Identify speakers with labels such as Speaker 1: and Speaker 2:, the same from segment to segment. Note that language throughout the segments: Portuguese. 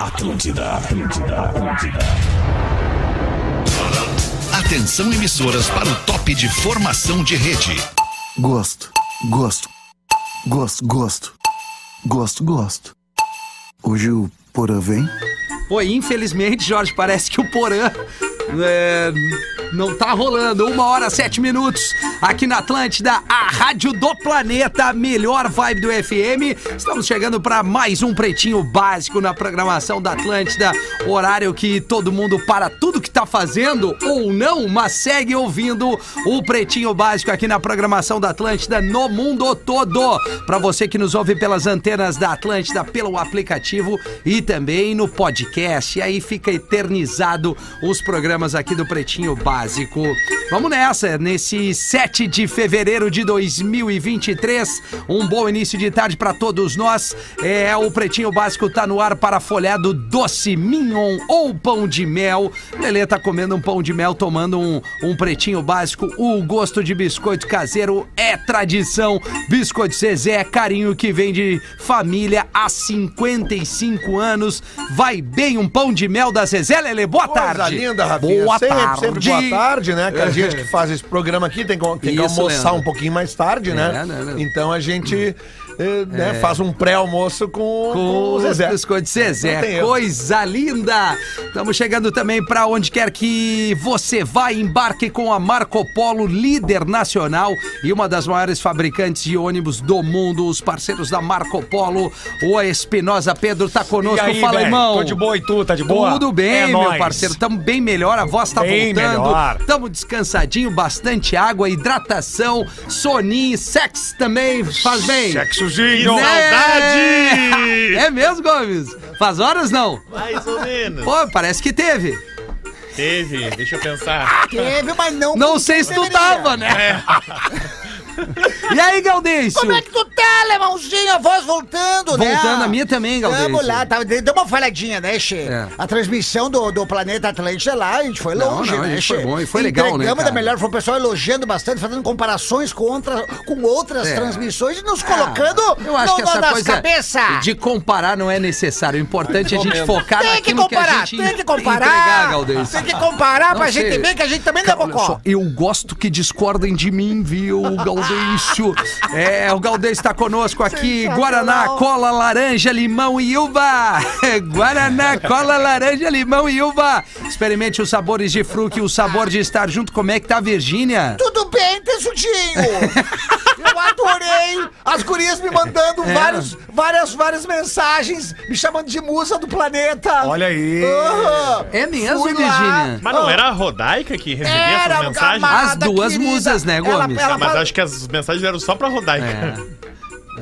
Speaker 1: Atlântida, Atlântida, Atlântida.
Speaker 2: Atenção emissoras para o top de formação de rede.
Speaker 3: Gosto, gosto, gosto, gosto, gosto, gosto. Hoje o Porã vem?
Speaker 4: Pô, infelizmente, Jorge, parece que o Porã. é, não tá rolando. Uma hora, sete minutos aqui na Atlântida, a Rádio do Planeta, a melhor vibe do FM. Estamos chegando para mais um Pretinho Básico na programação da Atlântida. Horário que todo mundo para tudo que tá fazendo ou não, mas segue ouvindo o Pretinho Básico aqui na programação da Atlântida no mundo todo. Para você que nos ouve pelas antenas da Atlântida, pelo aplicativo e também no podcast. E aí fica eternizado os programas aqui do Pretinho Básico. Vamos nessa, nesse 7 de fevereiro de 2023. Um bom início de tarde para todos nós. É, o Pretinho Básico tá no ar para folhado doce mignon ou pão de mel. Lelê tá comendo um pão de mel, tomando um, um Pretinho Básico. O gosto de biscoito caseiro é tradição. Biscoito Zezé, carinho que vem de família há 55 anos. Vai bem um pão de mel da Zezé, Lelê. Boa
Speaker 5: Coisa
Speaker 4: tarde.
Speaker 5: linda, Rafinha.
Speaker 4: Boa
Speaker 5: sempre,
Speaker 4: tarde.
Speaker 5: sempre boa tarde, né? Que a gente que faz esse programa aqui tem que, tem que
Speaker 4: Isso,
Speaker 5: almoçar
Speaker 4: Leandro.
Speaker 5: um pouquinho mais tarde, né?
Speaker 4: né, Leandro? Hum. É.
Speaker 5: Então a gente eh, né, faz um pré-almoço com, com o Zezé.
Speaker 4: Biscoito de
Speaker 5: Não tem
Speaker 4: Zezé.
Speaker 5: erro.
Speaker 4: Coisa linda! Estamos chegando também para onde quer que você vá, embarque com a Marco Polo, líder nacional e uma das maiores fabricantes de ônibus do mundo. Os parceiros da Marco Polo, o Espinosa Pedro tá conosco.
Speaker 6: E aí,
Speaker 4: Fala,
Speaker 6: velho?
Speaker 4: irmão.
Speaker 6: Tô de boa e tu, tá de boa?
Speaker 4: Tudo bem,
Speaker 6: É
Speaker 4: meu
Speaker 6: nóis.
Speaker 4: parceiro. Tá Tamo bem melhor, a voz tá
Speaker 6: Bem
Speaker 4: voltando.
Speaker 6: melhor.
Speaker 4: Tamo descansadinho, bastante água, hidratação, soninho, sexo também faz bem.
Speaker 6: Sexozinho!
Speaker 4: Saudade! É mesmo, Gomes? Faz horas não?
Speaker 7: Mais ou menos.
Speaker 4: Pô, parece que teve.
Speaker 7: Teve, deixa eu pensar.
Speaker 8: Teve, mas não.
Speaker 4: Não sei se tu
Speaker 8: deveria.
Speaker 4: tava, né? E aí, Gaudêncio?
Speaker 8: Como é que tu tá, Lemãozinho? A voz voltando, né?
Speaker 4: Voltando, a minha também, Gaudêncio.
Speaker 8: Vamos lá, tá, deu uma falhadinha, né, Che?
Speaker 4: É.
Speaker 8: A transmissão do, do Planeta Atlântida lá, a gente foi
Speaker 4: Não,
Speaker 8: longe,
Speaker 4: não, a
Speaker 8: né,
Speaker 4: gente
Speaker 8: Che?
Speaker 4: foi bom e foi legal, né,
Speaker 8: Entregamos
Speaker 4: cara?
Speaker 8: da melhor, foi o pessoal elogiando bastante, fazendo comparações com, outra- com outras
Speaker 4: É.
Speaker 8: transmissões e nos colocando
Speaker 4: eu acho
Speaker 8: no,
Speaker 4: que essa
Speaker 8: nas
Speaker 4: coisa
Speaker 8: cabeça.
Speaker 4: de comparar não é necessário. O importante é a gente focar
Speaker 8: Tem que
Speaker 4: naquilo que a
Speaker 8: comparar,
Speaker 4: gente
Speaker 8: tem que
Speaker 4: entregar,
Speaker 8: comparar.
Speaker 4: Gaudêncio.
Speaker 8: Tem que comparar
Speaker 4: Não
Speaker 8: pra gente
Speaker 4: sei.
Speaker 8: ver que a gente também é dá
Speaker 4: Cara, olha
Speaker 8: bocó.
Speaker 4: só, eu gosto que discordem de mim, viu, Gaudêncio? É, o Gaudêncio está conosco aqui.
Speaker 8: Sensacional.
Speaker 4: Guaraná, cola, laranja, limão e uva. Guaraná, cola, laranja, limão e uva. Experimente os sabores de fruque, o sabor de estar junto. Como é que tá a Virgínia?
Speaker 8: Tudo bem, Tessudinho? Eu adorei as gurias me mandando
Speaker 4: É.
Speaker 8: vários, várias, várias mensagens, me chamando de musa do planeta.
Speaker 6: Olha aí!
Speaker 8: Aham.
Speaker 4: É mesmo,
Speaker 8: Fui lá.
Speaker 4: Virgínia?
Speaker 7: Mas não era a Rodaica que recebia
Speaker 8: Era
Speaker 7: essas
Speaker 8: uma
Speaker 7: mensagens?
Speaker 8: camada,
Speaker 4: As duas
Speaker 8: querida.
Speaker 4: musas, né,
Speaker 8: Ela-
Speaker 4: Gomes?
Speaker 8: ela
Speaker 7: Ah, mas
Speaker 8: fala-
Speaker 7: acho que as mensagens eram só pra Rodaica.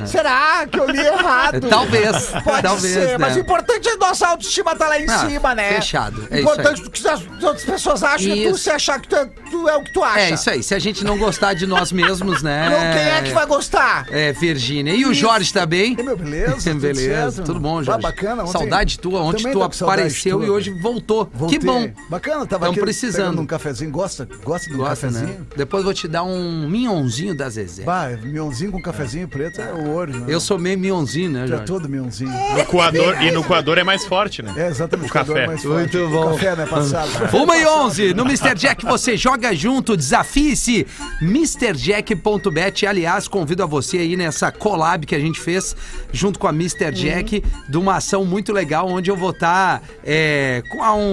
Speaker 4: É,
Speaker 8: Será que eu li errado?
Speaker 4: Talvez,
Speaker 8: Pode
Speaker 4: talvez,
Speaker 8: ser,
Speaker 4: né?
Speaker 8: mas o importante é que nossa autoestima tá lá em
Speaker 4: Ah,
Speaker 8: cima, né?
Speaker 4: fechado, é
Speaker 8: O
Speaker 4: isso
Speaker 8: importante do que as outras pessoas acham é tu
Speaker 4: Isso.
Speaker 8: se achar que tu é, tu é o que tu acha.
Speaker 4: É isso aí. Se a gente não gostar de nós mesmos, né?
Speaker 8: Não, quem é que vai gostar?
Speaker 4: É, Virgínia. E o Jorge tá bem?
Speaker 8: E meu, beleza? Tudo
Speaker 4: beleza,
Speaker 8: certo?
Speaker 4: tudo bom,
Speaker 8: Bah,
Speaker 4: Jorge?
Speaker 8: bacana, ontem-
Speaker 4: Saudade tua, ontem
Speaker 3: Também
Speaker 4: tu
Speaker 3: tô com saudade
Speaker 4: apareceu
Speaker 3: tua,
Speaker 4: e hoje voltou.
Speaker 3: Voltei.
Speaker 4: Que bom.
Speaker 3: Bacana, tava
Speaker 4: Tão
Speaker 3: aqui
Speaker 4: precisando.
Speaker 3: pegando um cafezinho. Gosta, gosta de um
Speaker 4: Gosta,
Speaker 3: cafezinho?
Speaker 4: né? Depois vou te dar um minhonzinho da Zezé.
Speaker 3: Bah, mionzinho com cafezinho preto é o ouro, né?
Speaker 4: Eu sou meio minhonzinho, né,
Speaker 3: É
Speaker 4: Jorge?
Speaker 3: todo mionzinho.
Speaker 7: No coador, e no coador é mais forte, né?
Speaker 3: É exatamente
Speaker 7: O café.
Speaker 3: Muito bom. Café, né, passado.
Speaker 4: Uma e 11, no Mr. Jack você joga junto, desafie-se. MrJack.bet, aliás, convido a você aí nessa collab que a gente fez junto com a Mr. Jack, de uma ação muito legal, onde eu vou estar com a um,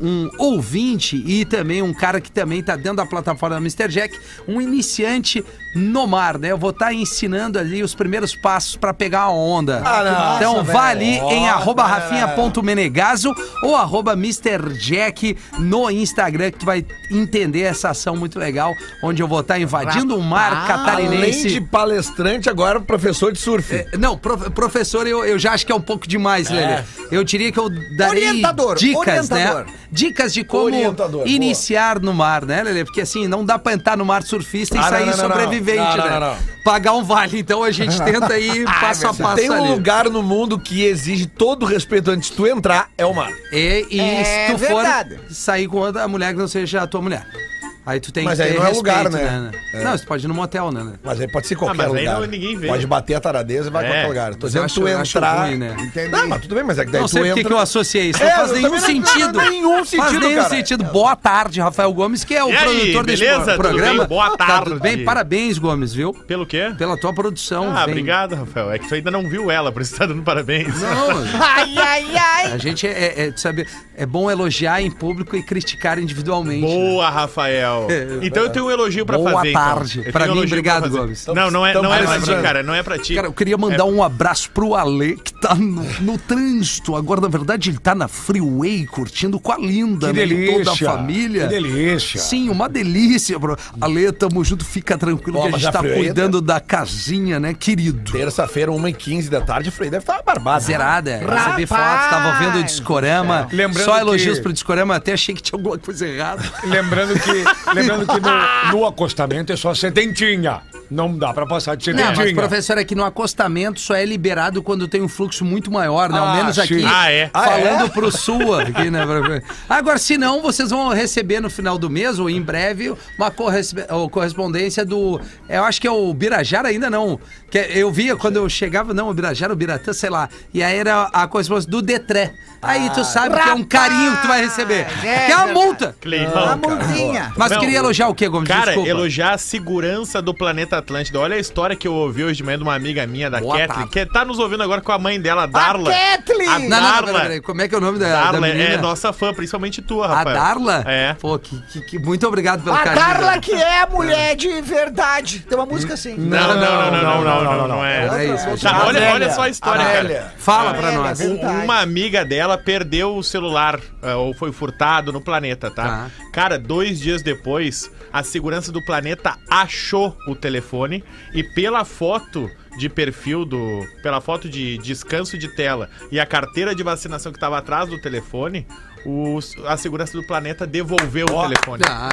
Speaker 4: um- um ouvinte e também um cara que também está dentro da plataforma da Mr. Jack, um iniciante no mar, né? Eu vou estar ensinando ali os primeiros passos para pegar a onda.
Speaker 3: Ah, não.
Speaker 4: então
Speaker 3: Nossa,
Speaker 4: vá
Speaker 3: velho.
Speaker 4: ali em
Speaker 3: Ó,
Speaker 4: arroba
Speaker 5: né,
Speaker 3: cara.
Speaker 4: rafinha.com menegazzo ou arroba Mr. Jack no Instagram, que tu vai entender essa ação muito legal, onde eu vou estar invadindo o mar
Speaker 5: Além de
Speaker 4: catarinense.
Speaker 5: palestrante, agora professor de surf.
Speaker 4: É, Não, prof- professor, eu, eu já acho que é um pouco demais, Lelê. Eu diria que eu darei
Speaker 3: Orientador,
Speaker 4: dicas,
Speaker 3: orientador.
Speaker 4: né? Dicas de como
Speaker 5: Orientador, boa.
Speaker 4: iniciar no mar, né, Lelê? Porque assim, não dá pra entrar no mar surfista e
Speaker 5: Ah, não,
Speaker 4: sair
Speaker 5: não, não, não.
Speaker 4: sobrevivente,
Speaker 5: Não, não,
Speaker 4: né?
Speaker 5: não, não.
Speaker 4: Pagar um vale. Então a gente tenta ir passo a
Speaker 5: Se
Speaker 4: passo
Speaker 5: tem um
Speaker 4: ali.
Speaker 5: lugar no mundo que exige todo o respeito antes de tu entrar, é o mar.
Speaker 4: E, e
Speaker 8: É
Speaker 4: se tu for
Speaker 8: verdade.
Speaker 4: sair com outra mulher que não seja a tua mulher. Aí tu tem
Speaker 8: Mas
Speaker 4: que ter
Speaker 8: aí não é lugar, né?
Speaker 4: Não, você pode ir no motel, né? né?
Speaker 8: Mas aí pode ser qualquer
Speaker 5: Ah, mas aí
Speaker 8: lugar.
Speaker 5: não- ninguém vê.
Speaker 8: Pode bater a taradeza e vai
Speaker 5: É.
Speaker 8: pra qualquer lugar. Tô
Speaker 4: Mas
Speaker 8: dizendo
Speaker 4: eu
Speaker 8: que tu
Speaker 4: acho- eu acho
Speaker 8: entrar.
Speaker 4: ruim, né?
Speaker 8: Entendi. Não, mas tudo bem, mas é que daí
Speaker 4: Não
Speaker 8: tu
Speaker 4: sei porque
Speaker 8: entra.
Speaker 4: que eu associei isso.
Speaker 8: É,
Speaker 4: Não faz
Speaker 8: eu
Speaker 4: nenhum
Speaker 8: também não- não-
Speaker 4: sentido.
Speaker 8: nenhum
Speaker 4: Faz
Speaker 8: sentido,
Speaker 4: nenhum
Speaker 8: cara.
Speaker 4: sentido. Boa tarde, Rafael Gomes, que é o
Speaker 5: E aí,
Speaker 4: produtor
Speaker 5: beleza?
Speaker 4: desse pro-
Speaker 5: Tudo
Speaker 4: programa.
Speaker 5: bem? Boa
Speaker 4: Tá tudo
Speaker 5: tarde.
Speaker 4: bem? Parabéns, Gomes, viu?
Speaker 5: Pelo quê?
Speaker 4: Pela tua produção.
Speaker 5: Ah,
Speaker 4: vem.
Speaker 5: obrigado, Rafael. É que tu ainda não viu ela, por isso tá dando parabéns.
Speaker 4: Não,
Speaker 9: Ai, ai, ai.
Speaker 4: a gente é, é, é, tu sabe, é bom elogiar em público e criticar individualmente. né?
Speaker 5: Boa, Rafael.
Speaker 4: É,
Speaker 5: Então eu tenho um elogio pra
Speaker 4: Boa
Speaker 5: fazer. então.
Speaker 4: tarde.
Speaker 5: Eu tenho
Speaker 4: Pra
Speaker 5: um
Speaker 4: mim,
Speaker 5: elogio
Speaker 4: obrigado,
Speaker 5: pra fazer.
Speaker 4: Gomes.
Speaker 5: Não, não é, não é pra ti,
Speaker 8: precisando.
Speaker 5: cara. Não é pra ti.
Speaker 4: Cara, eu queria mandar um abraço pro Ale, que tá no, no trânsito. Agora, na verdade, ele tá na freeway curtindo com a linda,
Speaker 10: Que
Speaker 4: né? E
Speaker 10: delícia.
Speaker 4: Toda a família.
Speaker 10: Que delícia.
Speaker 4: Sim, uma delícia, bro. Ale, tamo junto, fica tranquilo
Speaker 8: Ó,
Speaker 4: que a
Speaker 8: mas
Speaker 4: gente
Speaker 8: a
Speaker 4: tá
Speaker 8: freeway-
Speaker 4: cuidando da casinha, né, querido?
Speaker 8: Terça-feira, 1h15 da tarde, Frei. Deve estar uma barbada.
Speaker 4: Zerada, recebi fotos, tava vendo o Discorama.
Speaker 10: É. Lembrando
Speaker 4: Só
Speaker 10: que-
Speaker 4: elogios pro Discorama, até achei que tinha alguma coisa errada.
Speaker 10: Lembrando que, lembrando que no, no acostamento é só sedentinha. Não dá pra passar de
Speaker 4: Não, mas
Speaker 10: sedentinha.
Speaker 4: professor, é que no acostamento só é liberado quando tem um fluxo muito maior, né? Ao
Speaker 10: Ah,
Speaker 4: menos
Speaker 10: sim.
Speaker 4: aqui.
Speaker 5: Ah, é?
Speaker 4: Falando pro Sul aqui, né? Agora, se não, vocês vão receber no final do mês, ou em breve, uma correspe- ou correspondência do. Eu acho que é o Birajara ainda não. Que é, eu via quando eu chegava, não, o Birajara, o Biratã, sei lá. E aí era a correspondência do Detré. Aí tu sabe que é um carinho que tu vai receber. que é uma
Speaker 9: verdade.
Speaker 4: multa.
Speaker 5: Cleidão,
Speaker 9: A mundinha.
Speaker 4: Mas
Speaker 5: Não.
Speaker 4: queria elogiar o quê, Gomes?
Speaker 5: Cara,
Speaker 4: Desculpa.
Speaker 5: elogiar a segurança do planeta Atlântida. Olha a história que eu ouvi hoje de manhã de uma amiga minha, da
Speaker 4: Boa
Speaker 5: Kathleen,
Speaker 4: tarde.
Speaker 5: que tá nos ouvindo agora com a mãe dela, a Darla.
Speaker 9: Kathleen!
Speaker 5: A
Speaker 4: Não,
Speaker 9: Não,
Speaker 4: não, não, peraí,
Speaker 5: Darla.
Speaker 4: peraí. Como é que é o nome da, da
Speaker 5: Darla
Speaker 4: menina?
Speaker 5: é nossa fã, principalmente tua,
Speaker 4: A
Speaker 5: rapaz.
Speaker 4: Darla?
Speaker 5: É.
Speaker 4: Pô, que, que- que- muito obrigado pelo
Speaker 9: A
Speaker 4: carinho.
Speaker 9: Darla que é a mulher de verdade. Tem uma música assim.
Speaker 5: Não, não, não, não, não, não, não, não é.
Speaker 4: É isso.
Speaker 5: Tá,
Speaker 4: Tá,
Speaker 5: olha,
Speaker 9: Adélia.
Speaker 5: olha só a história, cara.
Speaker 8: Adélia.
Speaker 4: Fala pra
Speaker 9: É,
Speaker 4: nós.
Speaker 9: é verdade.
Speaker 5: Uma amiga dela perdeu o celular, eh, ou foi furtado no planeta, tá? Cara, dois dias depois, a segurança do planeta achou o telefone e pela foto de perfil do. pela foto de descanso de tela e a carteira de vacinação que tava atrás do telefone, os- a segurança do planeta devolveu o telefone.
Speaker 4: Ah,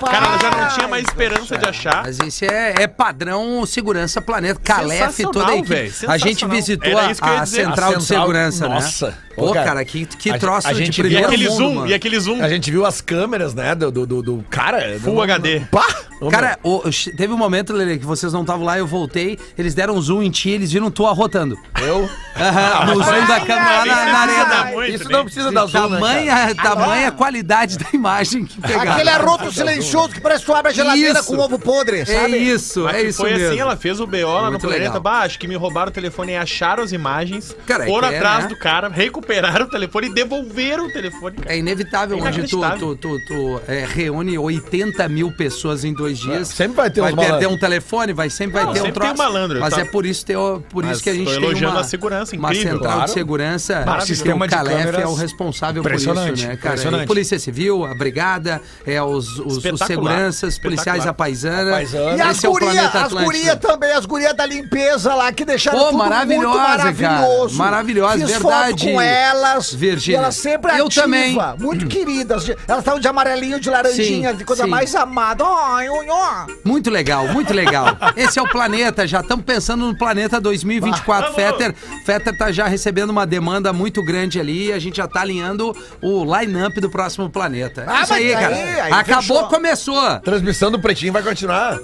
Speaker 5: Cara, ela já não tinha mais esperança de achar.
Speaker 4: mas isso é, é padrão segurança planeta. Calef e toda a
Speaker 5: Sensacional,
Speaker 4: equipe.
Speaker 5: velho,
Speaker 4: A gente
Speaker 5: sensacional.
Speaker 4: visitou
Speaker 5: Era
Speaker 4: a,
Speaker 5: isso que eu ia
Speaker 4: a
Speaker 5: dizer. A
Speaker 4: central de
Speaker 8: central-
Speaker 4: segurança, né?
Speaker 8: Nossa.
Speaker 4: Pô,
Speaker 8: Ô, cara,
Speaker 4: cara, que, que
Speaker 8: a-
Speaker 4: troço
Speaker 8: a
Speaker 4: de
Speaker 8: gente
Speaker 5: E
Speaker 8: viu
Speaker 4: primeiro
Speaker 5: aquele
Speaker 4: mundo,
Speaker 5: zoom,
Speaker 4: mano.
Speaker 5: e aquele zoom.
Speaker 8: A gente viu as câmeras, né? Do, do, do, do- cara.
Speaker 5: Full HD.
Speaker 8: Pá!
Speaker 4: Cara, o- teve um momento, Lele, que vocês não estavam lá, eu voltei, eles deram um zoom em ti, eles viram tu arrotando.
Speaker 8: Eu.
Speaker 5: Ah,
Speaker 4: Aham, no zoom da câmera lá na, na arena.
Speaker 8: Isso não precisa dar zoom, né, cara?
Speaker 4: Tamanha, tamanha qualidade da imagem que pegaram.
Speaker 9: Aquele arroto silencioso que parece que tu abre a geladeira
Speaker 4: Isso.
Speaker 9: com ovo podre,
Speaker 4: É
Speaker 9: sabe?
Speaker 4: isso,
Speaker 5: Mas
Speaker 4: é
Speaker 5: que
Speaker 4: isso
Speaker 5: foi
Speaker 4: mesmo.
Speaker 5: assim, ela fez o BO lá no
Speaker 4: Muito
Speaker 5: planeta.
Speaker 4: legal.
Speaker 5: Bah, acho que me roubaram o telefone e acharam as imagens,
Speaker 4: Cara, é
Speaker 5: foram
Speaker 4: que é,
Speaker 5: atrás
Speaker 4: né?
Speaker 5: do cara, recuperaram o telefone e devolveram o telefone, cara.
Speaker 4: É inevitável, onde tu, tu,
Speaker 5: Inacreditável.
Speaker 4: tu, tu, é, reúne 80 mil pessoas em dois dias.
Speaker 8: sempre vai ter
Speaker 4: Vai
Speaker 8: uns
Speaker 4: perder
Speaker 8: malandro.
Speaker 4: um telefone, vai sempre
Speaker 5: Não,
Speaker 4: vai ter um
Speaker 5: sempre tem
Speaker 4: troço.
Speaker 5: um malandro,
Speaker 4: mas
Speaker 5: tá?
Speaker 4: é por isso, tem, o- por
Speaker 5: Mas
Speaker 4: isso que a gente
Speaker 5: tô
Speaker 4: tem
Speaker 5: elogiando
Speaker 4: uma,
Speaker 5: a segurança,
Speaker 4: uma
Speaker 5: incrível,
Speaker 4: central de
Speaker 8: claro.
Speaker 4: segurança.
Speaker 5: Claro,
Speaker 4: que
Speaker 10: sistema
Speaker 4: o
Speaker 10: de
Speaker 4: Calef é
Speaker 10: câmeras
Speaker 4: o responsável por isso,
Speaker 10: impressionante,
Speaker 4: né, cara? E
Speaker 10: impressionante.
Speaker 4: Polícia Civil, a Brigada, é, os, os- os,
Speaker 5: Espetacular,
Speaker 4: seguranças, policiais,
Speaker 5: espetacular.
Speaker 4: a paisana.
Speaker 8: A paisana.
Speaker 9: E as
Speaker 4: Esse é o
Speaker 9: gurias,
Speaker 4: planeta
Speaker 9: as gurias
Speaker 4: Atlântida.
Speaker 9: também, as gurias da limpeza lá, que deixaram
Speaker 4: Pô,
Speaker 9: tudo
Speaker 4: maravilhosa,
Speaker 9: muito maravilhoso.
Speaker 4: cara. Maravilhosa,
Speaker 9: Fiz
Speaker 4: verdade,
Speaker 9: foto com elas.
Speaker 4: Virgínia.
Speaker 9: E elas sempre
Speaker 4: Eu
Speaker 9: ativa,
Speaker 4: também.
Speaker 9: Muito queridas. Elas estavam de amarelinho, de laranjinha,
Speaker 4: Sim,
Speaker 9: de coisa
Speaker 4: sim.
Speaker 9: mais amada. Ai, ai, ai.
Speaker 4: Muito legal, muito legal. Esse é o planeta, já estamos pensando no planeta 2024. Fetter, Fetter tá já recebendo uma demanda muito grande ali e a gente já tá alinhando o line-up do próximo planeta. É
Speaker 9: Ah,
Speaker 4: isso aí,
Speaker 9: mas
Speaker 4: cara.
Speaker 9: aí- aí
Speaker 4: Acabou,
Speaker 9: fechou.
Speaker 4: começou.
Speaker 8: Transmissão do Pretinho vai continuar.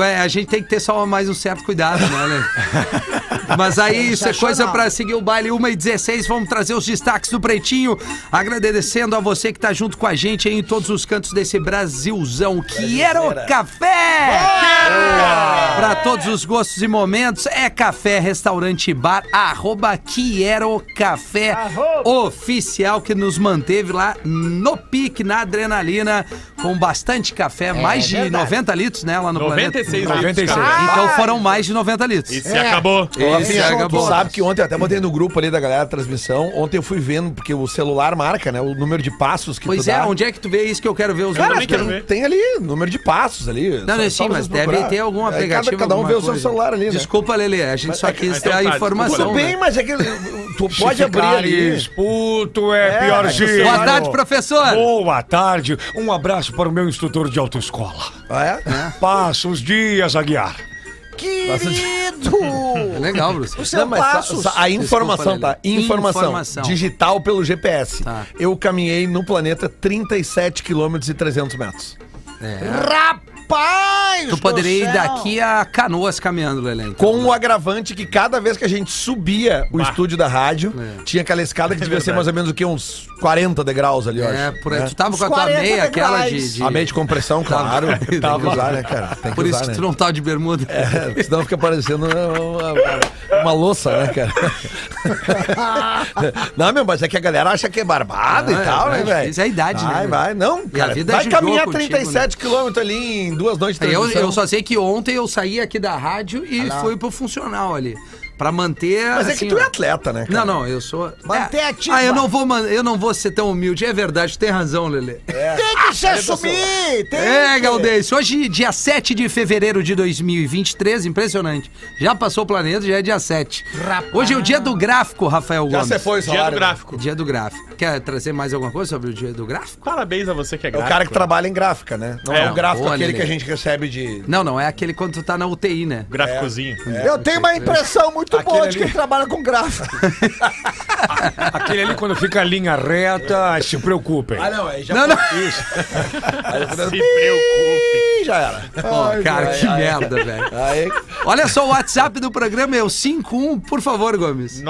Speaker 4: É, A gente tem que ter só mais um certo cuidado, né? né? Mas aí isso é coisa pra seguir o baile 1 e 16. Vamos trazer os destaques do Pretinho. Agradecendo a você que tá junto com a gente aí em todos os cantos desse Brasilzão. Que era o café! Para todos os gostos e momentos, é café, restaurante e bar, arroba Quiero Café Oficial, que nos manteve lá no pique, na adrenalina, com bastante café, mais de 90 litros, né, lá no planeta.
Speaker 5: 96 litros,
Speaker 10: 96.
Speaker 5: cara.
Speaker 4: Então foram mais de 90 litros.
Speaker 5: E se
Speaker 8: É.
Speaker 5: acabou.
Speaker 8: Ô,
Speaker 4: Esse
Speaker 8: Rafinha,
Speaker 4: acabou.
Speaker 8: Tu sabe que ontem, eu até botei no grupo ali da galera a transmissão. Ontem eu fui vendo, porque o celular marca, né? O número de passos que
Speaker 4: Pois
Speaker 8: tu
Speaker 4: é,
Speaker 8: dá.
Speaker 4: onde é que tu vê isso que eu quero ver os
Speaker 8: Cara,
Speaker 4: números?
Speaker 8: tem,
Speaker 5: quero ver.
Speaker 8: tem ali número de passos ali.
Speaker 4: Não, não, sim, mas deve ter algum aplicativo.
Speaker 8: Cada, cada um
Speaker 4: alguma
Speaker 8: vê o seu
Speaker 4: coisa.
Speaker 8: celular ali, né? é
Speaker 4: Desculpa, Lele, a gente só quis
Speaker 5: mas
Speaker 4: ter
Speaker 5: então
Speaker 4: a
Speaker 5: tá,
Speaker 4: informação.
Speaker 8: Tudo
Speaker 4: né?
Speaker 8: bem, mas é que tu pode abrir ali.
Speaker 10: Puto é, piorzinho.
Speaker 4: Boa tarde, professor.
Speaker 10: Boa tarde. Um abraço para o meu instrutor de autoescola.
Speaker 8: Ah, é?
Speaker 10: Passa os dias, Aguiar.
Speaker 9: Querido!
Speaker 4: É Legal, Bruce.
Speaker 9: Os seus passos.
Speaker 8: sa- sa- a informação,
Speaker 4: Desculpa,
Speaker 8: tá? Informação,
Speaker 4: Informação.
Speaker 8: Digital pelo GPS.
Speaker 4: Tá.
Speaker 8: Eu caminhei no planeta 37 km e 300 metros.
Speaker 4: É.
Speaker 9: Rapaz!
Speaker 4: Tu
Speaker 9: do
Speaker 4: poderia ir
Speaker 9: céu.
Speaker 4: daqui a Canoas caminhando, Lelê. então.
Speaker 8: Com o agravante que cada vez que a gente subia o estúdio da rádio,
Speaker 4: É.
Speaker 8: tinha aquela escada que devia ser mais ou menos o quê? Uns 40 degraus ali, eu
Speaker 4: É,
Speaker 8: acho.
Speaker 4: por aí.
Speaker 8: né?
Speaker 4: Tu tava com a tua
Speaker 9: 40
Speaker 4: meia, aquela de...
Speaker 9: degraus.
Speaker 4: de-
Speaker 8: A meia de compressão, claro.
Speaker 4: Tava-
Speaker 8: Tem que usar, né, cara? Tem que
Speaker 4: Por isso
Speaker 8: usar,
Speaker 4: que tu
Speaker 8: né?
Speaker 4: não tá de bermuda.
Speaker 8: É, senão fica parecendo uma, uma- uma louça, né, cara? não, meu, mas é que a galera acha que é barbada
Speaker 4: Ah,
Speaker 8: e tal,
Speaker 4: é,
Speaker 8: né, velho?
Speaker 4: isso é a idade, né,
Speaker 8: vai,
Speaker 4: velho?
Speaker 8: Vai, não,
Speaker 4: E a
Speaker 8: cara.
Speaker 4: vida
Speaker 8: vai
Speaker 4: ajudou
Speaker 8: caminhar
Speaker 4: contigo, né? É,
Speaker 8: 37 quilômetros ali em duas noites de
Speaker 4: Eu,
Speaker 8: transmissão. Ah,
Speaker 4: eu só sei que ontem eu saí aqui da rádio e fui pro funcional ali. Pra manter.
Speaker 8: Mas é
Speaker 4: assim,
Speaker 8: que tu é
Speaker 4: ó.
Speaker 8: atleta, né,
Speaker 4: Não,
Speaker 8: cara?
Speaker 4: não, eu sou.
Speaker 9: Manter
Speaker 4: é.
Speaker 9: ativa.
Speaker 4: Ah, eu não, vou, man- eu não vou ser tão humilde. É verdade, tu tem razão, Lelê.
Speaker 8: É,
Speaker 9: Tem que se assumir! Tem
Speaker 4: É,
Speaker 9: que-
Speaker 4: Galdêncio, hoje, dia 7 de fevereiro de 2023, impressionante. Já passou o planeta, já é dia 7. Hoje é o dia do gráfico, Rafael
Speaker 8: Já
Speaker 4: Gomes.
Speaker 8: você foi,
Speaker 5: Dia do
Speaker 8: salário. né?
Speaker 5: gráfico.
Speaker 4: Dia do gráfico. Quer trazer mais alguma coisa sobre o dia do gráfico?
Speaker 5: Parabéns a você que é
Speaker 8: É o
Speaker 5: gráfico.
Speaker 8: cara que trabalha em gráfica, né? Não é,
Speaker 5: É,
Speaker 8: o gráfico
Speaker 4: boa,
Speaker 8: aquele
Speaker 4: Lelê.
Speaker 8: que a gente recebe de...
Speaker 4: Não, não, é aquele quando tu tá na UTI, né?
Speaker 5: Gráficozinho.
Speaker 8: É.
Speaker 5: É.
Speaker 9: Eu tenho uma impressão muito boa
Speaker 8: ali.
Speaker 9: de quem trabalha com gráfico.
Speaker 10: Aquele ali, quando fica a linha reta, se preocupem.
Speaker 8: Ah, não, aí já
Speaker 4: Não, não.
Speaker 5: Se preocupe.
Speaker 8: Ih, já era.
Speaker 4: Pô, cara, que merda, É velho.
Speaker 8: Aí,
Speaker 4: Olha só, o WhatsApp do programa é o 51, por favor, Gomes.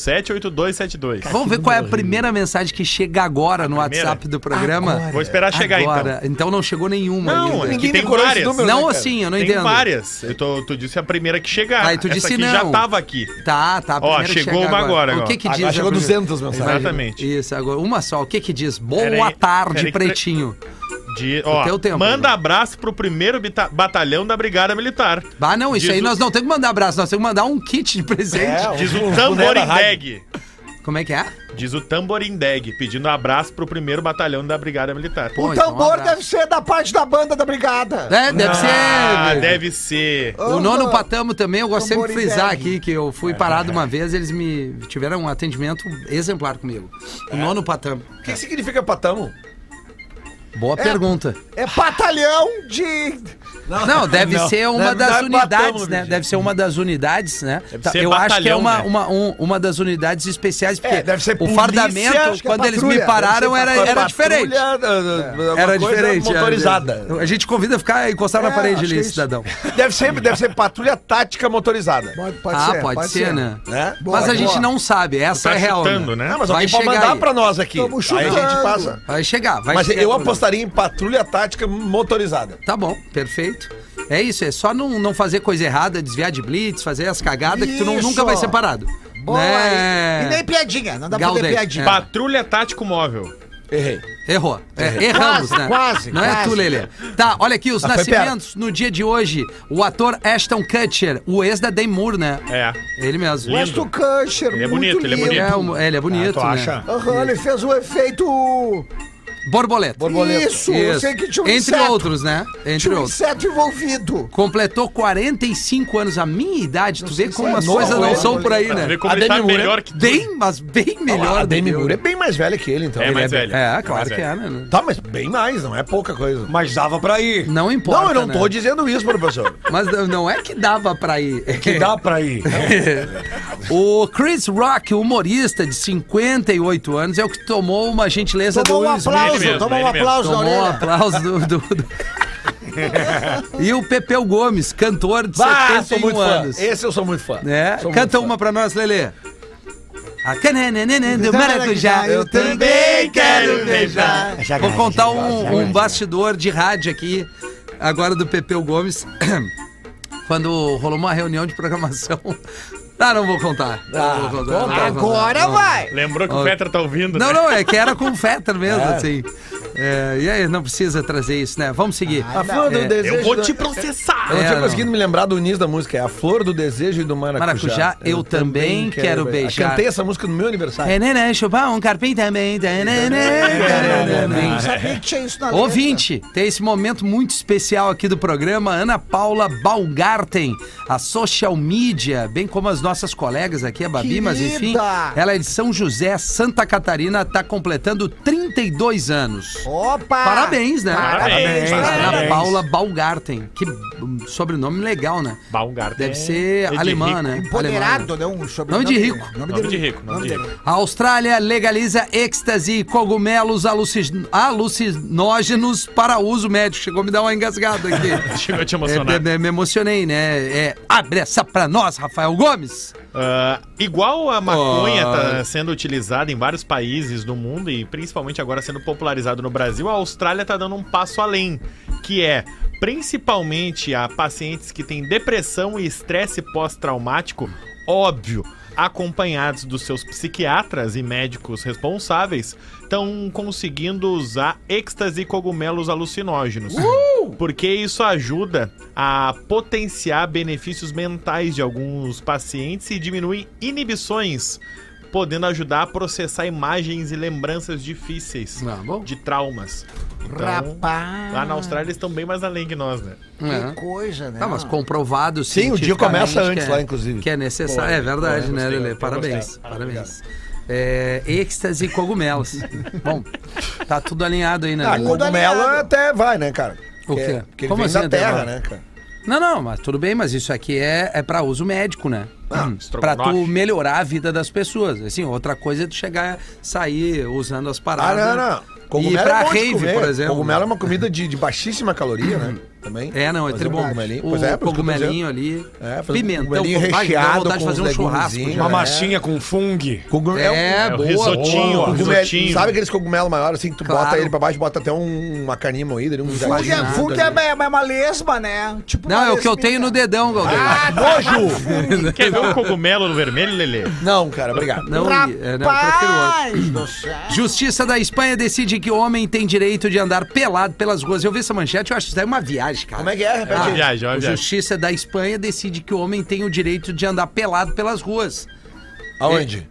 Speaker 5: 994478272.
Speaker 4: Vamos ver qual é a primeira mensagem que chega agora no
Speaker 5: primeira?
Speaker 4: WhatsApp do programa.
Speaker 5: Vou esperar chegar então.
Speaker 4: agora. Então. não chegou nenhuma
Speaker 5: Não,
Speaker 4: ainda.
Speaker 5: é que
Speaker 8: Ninguém
Speaker 5: tem
Speaker 8: decorou esse
Speaker 5: várias.
Speaker 8: número,
Speaker 4: Não,
Speaker 8: né, cara?
Speaker 4: assim, eu não
Speaker 5: tem
Speaker 4: entendo.
Speaker 5: várias. Eu tô, tu disse a primeira que chegar.
Speaker 4: Aí tu
Speaker 5: Essa
Speaker 4: disse
Speaker 5: aqui
Speaker 4: não.
Speaker 5: já tava aqui.
Speaker 4: Tá, tá. a
Speaker 5: Ó,
Speaker 4: primeira que
Speaker 5: chegou
Speaker 4: chega
Speaker 5: uma agora,
Speaker 4: O
Speaker 5: agora.
Speaker 4: que que diz?
Speaker 8: agora
Speaker 4: a
Speaker 8: chegou
Speaker 4: primeira?
Speaker 8: 200 mensagens.
Speaker 5: Exatamente.
Speaker 4: Isso, agora. Uma só. O que que diz? Boa
Speaker 5: Pera aí,
Speaker 4: tarde,
Speaker 5: pera aí que-
Speaker 4: pretinho.
Speaker 5: De, ó,
Speaker 4: teu tempo,
Speaker 5: manda
Speaker 4: né?
Speaker 5: abraço pro primeiro bita- batalhão da Brigada Militar.
Speaker 4: Ah, não, isso
Speaker 5: Diz
Speaker 4: aí
Speaker 5: o-
Speaker 4: nós não temos que mandar abraço, nós temos que mandar um kit de presente.
Speaker 5: Diz
Speaker 8: um
Speaker 5: o
Speaker 8: boné da
Speaker 5: Tamborindeg.
Speaker 8: rádio.
Speaker 4: Como é que é?
Speaker 5: Diz o Tamborindeg, pedindo abraço pro primeiro batalhão da Brigada Militar.
Speaker 4: Pô,
Speaker 9: o
Speaker 4: então, um
Speaker 9: tambor
Speaker 4: abraço.
Speaker 9: deve ser da parte da banda da brigada.
Speaker 4: É, deve ser.
Speaker 5: Ah,
Speaker 4: velho.
Speaker 5: deve ser.
Speaker 4: O nono patamo também, eu gosto sempre de
Speaker 9: Tamborindeg.
Speaker 4: frisar aqui que eu fui parado uma vez, eles me tiveram um atendimento exemplar comigo. O nono patamo.
Speaker 8: o que que significa patamo?
Speaker 4: Boa pergunta.
Speaker 9: É batalhão de.
Speaker 4: Não, deve ser uma
Speaker 8: Deve-
Speaker 4: das
Speaker 8: deve
Speaker 4: unidades, né?
Speaker 8: patamo, Virgínia.
Speaker 4: Deve ser uma das unidades, né?
Speaker 5: ser
Speaker 4: eu acho que é
Speaker 5: batalhão,
Speaker 4: uma,
Speaker 5: né?
Speaker 4: uma, um- uma das unidades especiais, porque
Speaker 8: É, deve ser
Speaker 4: o
Speaker 8: polícia,
Speaker 4: fardamento,
Speaker 8: acho
Speaker 9: que é
Speaker 4: quando eles me
Speaker 9: patrulha,
Speaker 4: pararam, era, era
Speaker 8: Patrulha,
Speaker 4: diferente. É,
Speaker 8: uh, uh,
Speaker 4: Era
Speaker 8: alguma coisa
Speaker 4: diferente. é, era
Speaker 8: Motorizada.
Speaker 4: diferente. A gente convida a ficar encostado na
Speaker 9: É,
Speaker 4: parede
Speaker 9: acho que
Speaker 4: ali,
Speaker 9: é isso.
Speaker 4: cidadão.
Speaker 8: Deve ser, deve ser patrulha tática motorizada.
Speaker 3: Pode,
Speaker 4: ah, pode, ser, né?
Speaker 8: Né?
Speaker 4: Mas a
Speaker 3: Boa,
Speaker 4: gente
Speaker 3: boa.
Speaker 4: não sabe, essa
Speaker 5: Tá
Speaker 4: é real.
Speaker 5: chutando, né?
Speaker 8: Ah, mas
Speaker 4: Vai
Speaker 8: alguém pode
Speaker 4: chegar
Speaker 8: mandar
Speaker 4: aí.
Speaker 8: pra nós aqui.
Speaker 3: Tamo
Speaker 8: Aí a gente
Speaker 3: chutando.
Speaker 8: passa.
Speaker 4: Vai chegar, vai
Speaker 8: Mas
Speaker 4: chegar.
Speaker 8: eu
Speaker 4: Bruno.
Speaker 8: apostaria em patrulha tática motorizada.
Speaker 4: Tá bom, perfeito. É isso, é só não, não fazer coisa errada, desviar de blitz, fazer as cagadas que tu não-
Speaker 9: Isso.
Speaker 4: nunca vai ser parado.
Speaker 9: Boa
Speaker 4: né?
Speaker 9: aí. E nem piadinha, não dá pra
Speaker 4: Galdês,
Speaker 9: fazer
Speaker 4: é.
Speaker 9: piadinha.
Speaker 5: Patrulha Tático Móvel.
Speaker 8: Errei.
Speaker 4: Errou. É, erramos,
Speaker 9: Quase,
Speaker 4: né?
Speaker 9: quase,
Speaker 4: Não é
Speaker 9: quase.
Speaker 4: tu, Lelê. Tá, olha aqui, os
Speaker 8: Ah, foi
Speaker 4: nascimentos no dia de hoje. O ator Ashton Kutcher, o ex da Dame Moore, né?
Speaker 5: É.
Speaker 4: Ele mesmo.
Speaker 5: Lindo.
Speaker 9: Mas do Câncer,
Speaker 5: Ele é bonito, ele é
Speaker 4: Ele
Speaker 5: bonito.
Speaker 4: é, um- ele é bonito,
Speaker 10: Ah, tu
Speaker 4: né?
Speaker 10: acha?
Speaker 9: Aham, ele fez o efeito.
Speaker 4: Borboleta.
Speaker 8: Borboleta.
Speaker 9: Isso, eu sei que tinha um
Speaker 4: Entre
Speaker 9: inseto.
Speaker 4: outros, né? Entre
Speaker 9: Tinha um
Speaker 4: outros.
Speaker 9: inseto envolvido.
Speaker 4: Completou 45 anos, a minha idade. Tu vê como
Speaker 9: se é
Speaker 4: as
Speaker 9: novo,
Speaker 4: coisas não
Speaker 9: hein,
Speaker 4: são por aí,
Speaker 5: Pra
Speaker 4: né?
Speaker 5: ver como
Speaker 8: A
Speaker 5: ele tá
Speaker 8: Demi Moore é
Speaker 5: melhor que
Speaker 4: Bem, mas bem melhor.
Speaker 8: A
Speaker 4: do
Speaker 8: Demi
Speaker 4: que eu.
Speaker 8: Moore é bem mais velha que ele, então.
Speaker 5: É,
Speaker 8: Ele
Speaker 5: mais velho.
Speaker 4: É,
Speaker 5: Mais
Speaker 4: claro que é,
Speaker 5: velho.
Speaker 4: né?
Speaker 8: Tá, mas bem mais, não é pouca coisa.
Speaker 10: Mas dava pra ir.
Speaker 4: Não importa.
Speaker 8: Não, eu não
Speaker 4: né?
Speaker 8: tô dizendo isso, professor.
Speaker 4: Mas não- não é que dava pra ir. É
Speaker 10: Que dá pra ir.
Speaker 4: O Chris Rock, humorista de 58 anos, é o que tomou uma gentileza
Speaker 9: Tomou
Speaker 4: do
Speaker 9: um
Speaker 4: Will Smith.
Speaker 9: aplauso,
Speaker 5: ele mesmo,
Speaker 9: tomou um
Speaker 5: ele mesmo.
Speaker 9: aplauso na
Speaker 4: Tomou um
Speaker 9: orelha.
Speaker 4: aplauso do. do- do- e o Pepeu Gomes, cantor de
Speaker 8: Bah, sou
Speaker 4: 71
Speaker 8: muito fã.
Speaker 4: anos.
Speaker 8: Esse eu sou muito fã.
Speaker 4: Né?
Speaker 8: Sou muito
Speaker 4: Canta
Speaker 8: fã.
Speaker 4: uma pra nós, Lelê. A canenenene do maracujá, eu também quero beijar. Vou contar um, um bastidor de rádio aqui, agora do Pepeu Gomes, quando rolou uma reunião de programação. Ah, não vou contar. Não vou contar, não vou contar.
Speaker 9: Agora
Speaker 4: Não.
Speaker 9: vai.
Speaker 5: Lembrou que
Speaker 4: Ó.
Speaker 5: o Petra tá ouvindo,
Speaker 4: Não,
Speaker 5: né?
Speaker 4: não, é que era com o Fetter mesmo, assim. É, e aí, não precisa trazer isso, né? Vamos seguir.
Speaker 8: A flor do
Speaker 4: É.
Speaker 8: desejo.
Speaker 5: Eu vou
Speaker 8: da-
Speaker 5: te processar.
Speaker 8: Eu não
Speaker 4: É,
Speaker 8: tinha
Speaker 4: não.
Speaker 8: conseguido me lembrar do início da música. É a flor do desejo e do maracujá.
Speaker 4: Maracujá, eu também quero
Speaker 8: be-
Speaker 4: beijar.
Speaker 8: Eu Cantei essa música no meu aniversário.
Speaker 4: É, né, né, chupar um carpim também. né, né, né, né, né.
Speaker 9: Não sabia que tinha isso na letra.
Speaker 4: Ouvinte, tem esse momento muito especial aqui do programa, Ana Paula Baumgarten, a social media, bem como as nossas colegas aqui, a Babi, mas enfim,
Speaker 9: Querida!
Speaker 4: tá ela é de São José, Santa Catarina, está completando 32 anos. anos.
Speaker 9: Opa!
Speaker 4: Parabéns, né?
Speaker 5: Parabéns,
Speaker 4: Ana
Speaker 5: parabéns.
Speaker 4: Paula Baumgarten. Que b- sobrenome legal, né?
Speaker 5: Baumgarten
Speaker 4: Deve ser
Speaker 5: é de
Speaker 4: alemã,
Speaker 5: rico.
Speaker 4: né? Alemã,
Speaker 9: Empoderado,
Speaker 4: né?
Speaker 9: né? Um sobrenome.
Speaker 4: Nome de rico.
Speaker 5: Nome de rico, nome de rico.
Speaker 4: A Austrália legaliza êxtase e cogumelos alucin- alucinógenos para uso médico. Chegou a me dar uma engasgada aqui.
Speaker 5: Chegou a te
Speaker 4: É,
Speaker 5: emocionar.
Speaker 4: me- me emocionei, né? É, abre essa pra nós, Rafael Gomes.
Speaker 5: Ah, igual a maconha
Speaker 4: Oh.
Speaker 5: está sendo utilizada em vários países do mundo e principalmente agora sendo popularizado no Brasil, a Austrália está dando um passo além, que é principalmente a pacientes que têm depressão e estresse pós-traumático, óbvio, acompanhados dos seus psiquiatras e médicos responsáveis, estão conseguindo usar êxtase e cogumelos alucinógenos.
Speaker 4: Uh!
Speaker 5: Porque isso ajuda a potenciar benefícios mentais de alguns pacientes e diminui inibições, podendo ajudar a processar imagens e lembranças difíceis
Speaker 4: Ah, bom.
Speaker 5: de traumas. Então,
Speaker 9: Rapaz.
Speaker 5: lá na Austrália eles estão bem mais além que nós, né?
Speaker 4: É.
Speaker 9: Que coisa, né?
Speaker 4: Tá, mas comprovado
Speaker 8: Sim, o dia
Speaker 4: cientificamente
Speaker 8: começa antes
Speaker 4: que é-
Speaker 8: lá, inclusive.
Speaker 4: Que é necessário. é verdade, né,
Speaker 5: gostei,
Speaker 4: Lele?
Speaker 5: eu
Speaker 4: Parabéns.
Speaker 5: gostei.
Speaker 4: Parabéns. É, êxtase e cogumelos. Bom, tá tudo alinhado aí, né?
Speaker 8: Ah,
Speaker 4: Lelê?
Speaker 8: cogumelo
Speaker 9: alinhado.
Speaker 8: até vai, né, cara?
Speaker 4: O
Speaker 8: Porque-
Speaker 4: quê?
Speaker 8: Porque ele
Speaker 4: Como
Speaker 8: vem
Speaker 4: assim
Speaker 8: da terra,
Speaker 4: até vai?
Speaker 8: né, cara?
Speaker 4: Não, não, mas tudo bem, mas isso aqui é, é para uso médico, né?
Speaker 8: Ah,
Speaker 4: Hum, pra tu
Speaker 5: estrogonofe.
Speaker 4: melhorar a vida das pessoas. Assim, outra coisa é tu chegar, sair usando as
Speaker 8: Ah,
Speaker 4: paradas.
Speaker 8: não, não. Cogumelo
Speaker 4: e pra
Speaker 8: é bom de
Speaker 4: rave,
Speaker 8: comer.
Speaker 4: por exemplo.
Speaker 8: Cogumelo é uma comida de, de baixíssima caloria, né? Também.
Speaker 4: É, não, é
Speaker 8: Fazer
Speaker 4: tri
Speaker 8: um
Speaker 4: bom.
Speaker 8: cogumelinho.
Speaker 4: O
Speaker 8: Pois é, por isso que eu tô
Speaker 4: cogumelinho ali.
Speaker 8: É, fazer um
Speaker 4: pimentão.
Speaker 8: cogumelinho
Speaker 4: vai, dá
Speaker 8: recheado
Speaker 4: vontade de
Speaker 8: com
Speaker 4: fazer um
Speaker 8: uns
Speaker 4: churrasco.
Speaker 8: legumezinhos, um-
Speaker 10: Uma
Speaker 8: né?
Speaker 4: né?
Speaker 10: massinha com fungo.
Speaker 8: Cogumelo.
Speaker 4: É,
Speaker 5: É o
Speaker 4: boa.
Speaker 5: risotinho,
Speaker 4: boa.
Speaker 5: ó.
Speaker 8: Cogumelo,
Speaker 5: risotinho.
Speaker 8: sabe aqueles cogumelos maiores assim que tu
Speaker 4: Claro.
Speaker 8: bota ele pra baixo, bota até um- uma caninha moída ali, um
Speaker 9: Fung
Speaker 8: jardim.
Speaker 9: é, fung é, é uma lesma, né? Tipo
Speaker 4: Não,
Speaker 9: uma
Speaker 4: é o que eu
Speaker 9: lesminha.
Speaker 4: tenho no dedão, Galdêncio.
Speaker 8: Ah, Nojo!
Speaker 5: Quer ver um cogumelo no vermelho, Lelê?
Speaker 8: Não, cara, obrigado.
Speaker 4: Não, é, não, eu prefiro outro.
Speaker 9: Rapaz do céu.
Speaker 4: Justiça da Espanha decide que homem tem direito de andar pelado pelas ruas. Eu vi essa manchete, eu acho que isso daí é uma viagem, cara.
Speaker 8: Como é que é? Repete
Speaker 5: uma
Speaker 8: aí.
Speaker 5: viagem, é uma
Speaker 4: Ah, O
Speaker 5: viagem.
Speaker 4: Justiça da Espanha decide que o homem tem o direito de andar pelado pelas ruas.
Speaker 8: Aonde?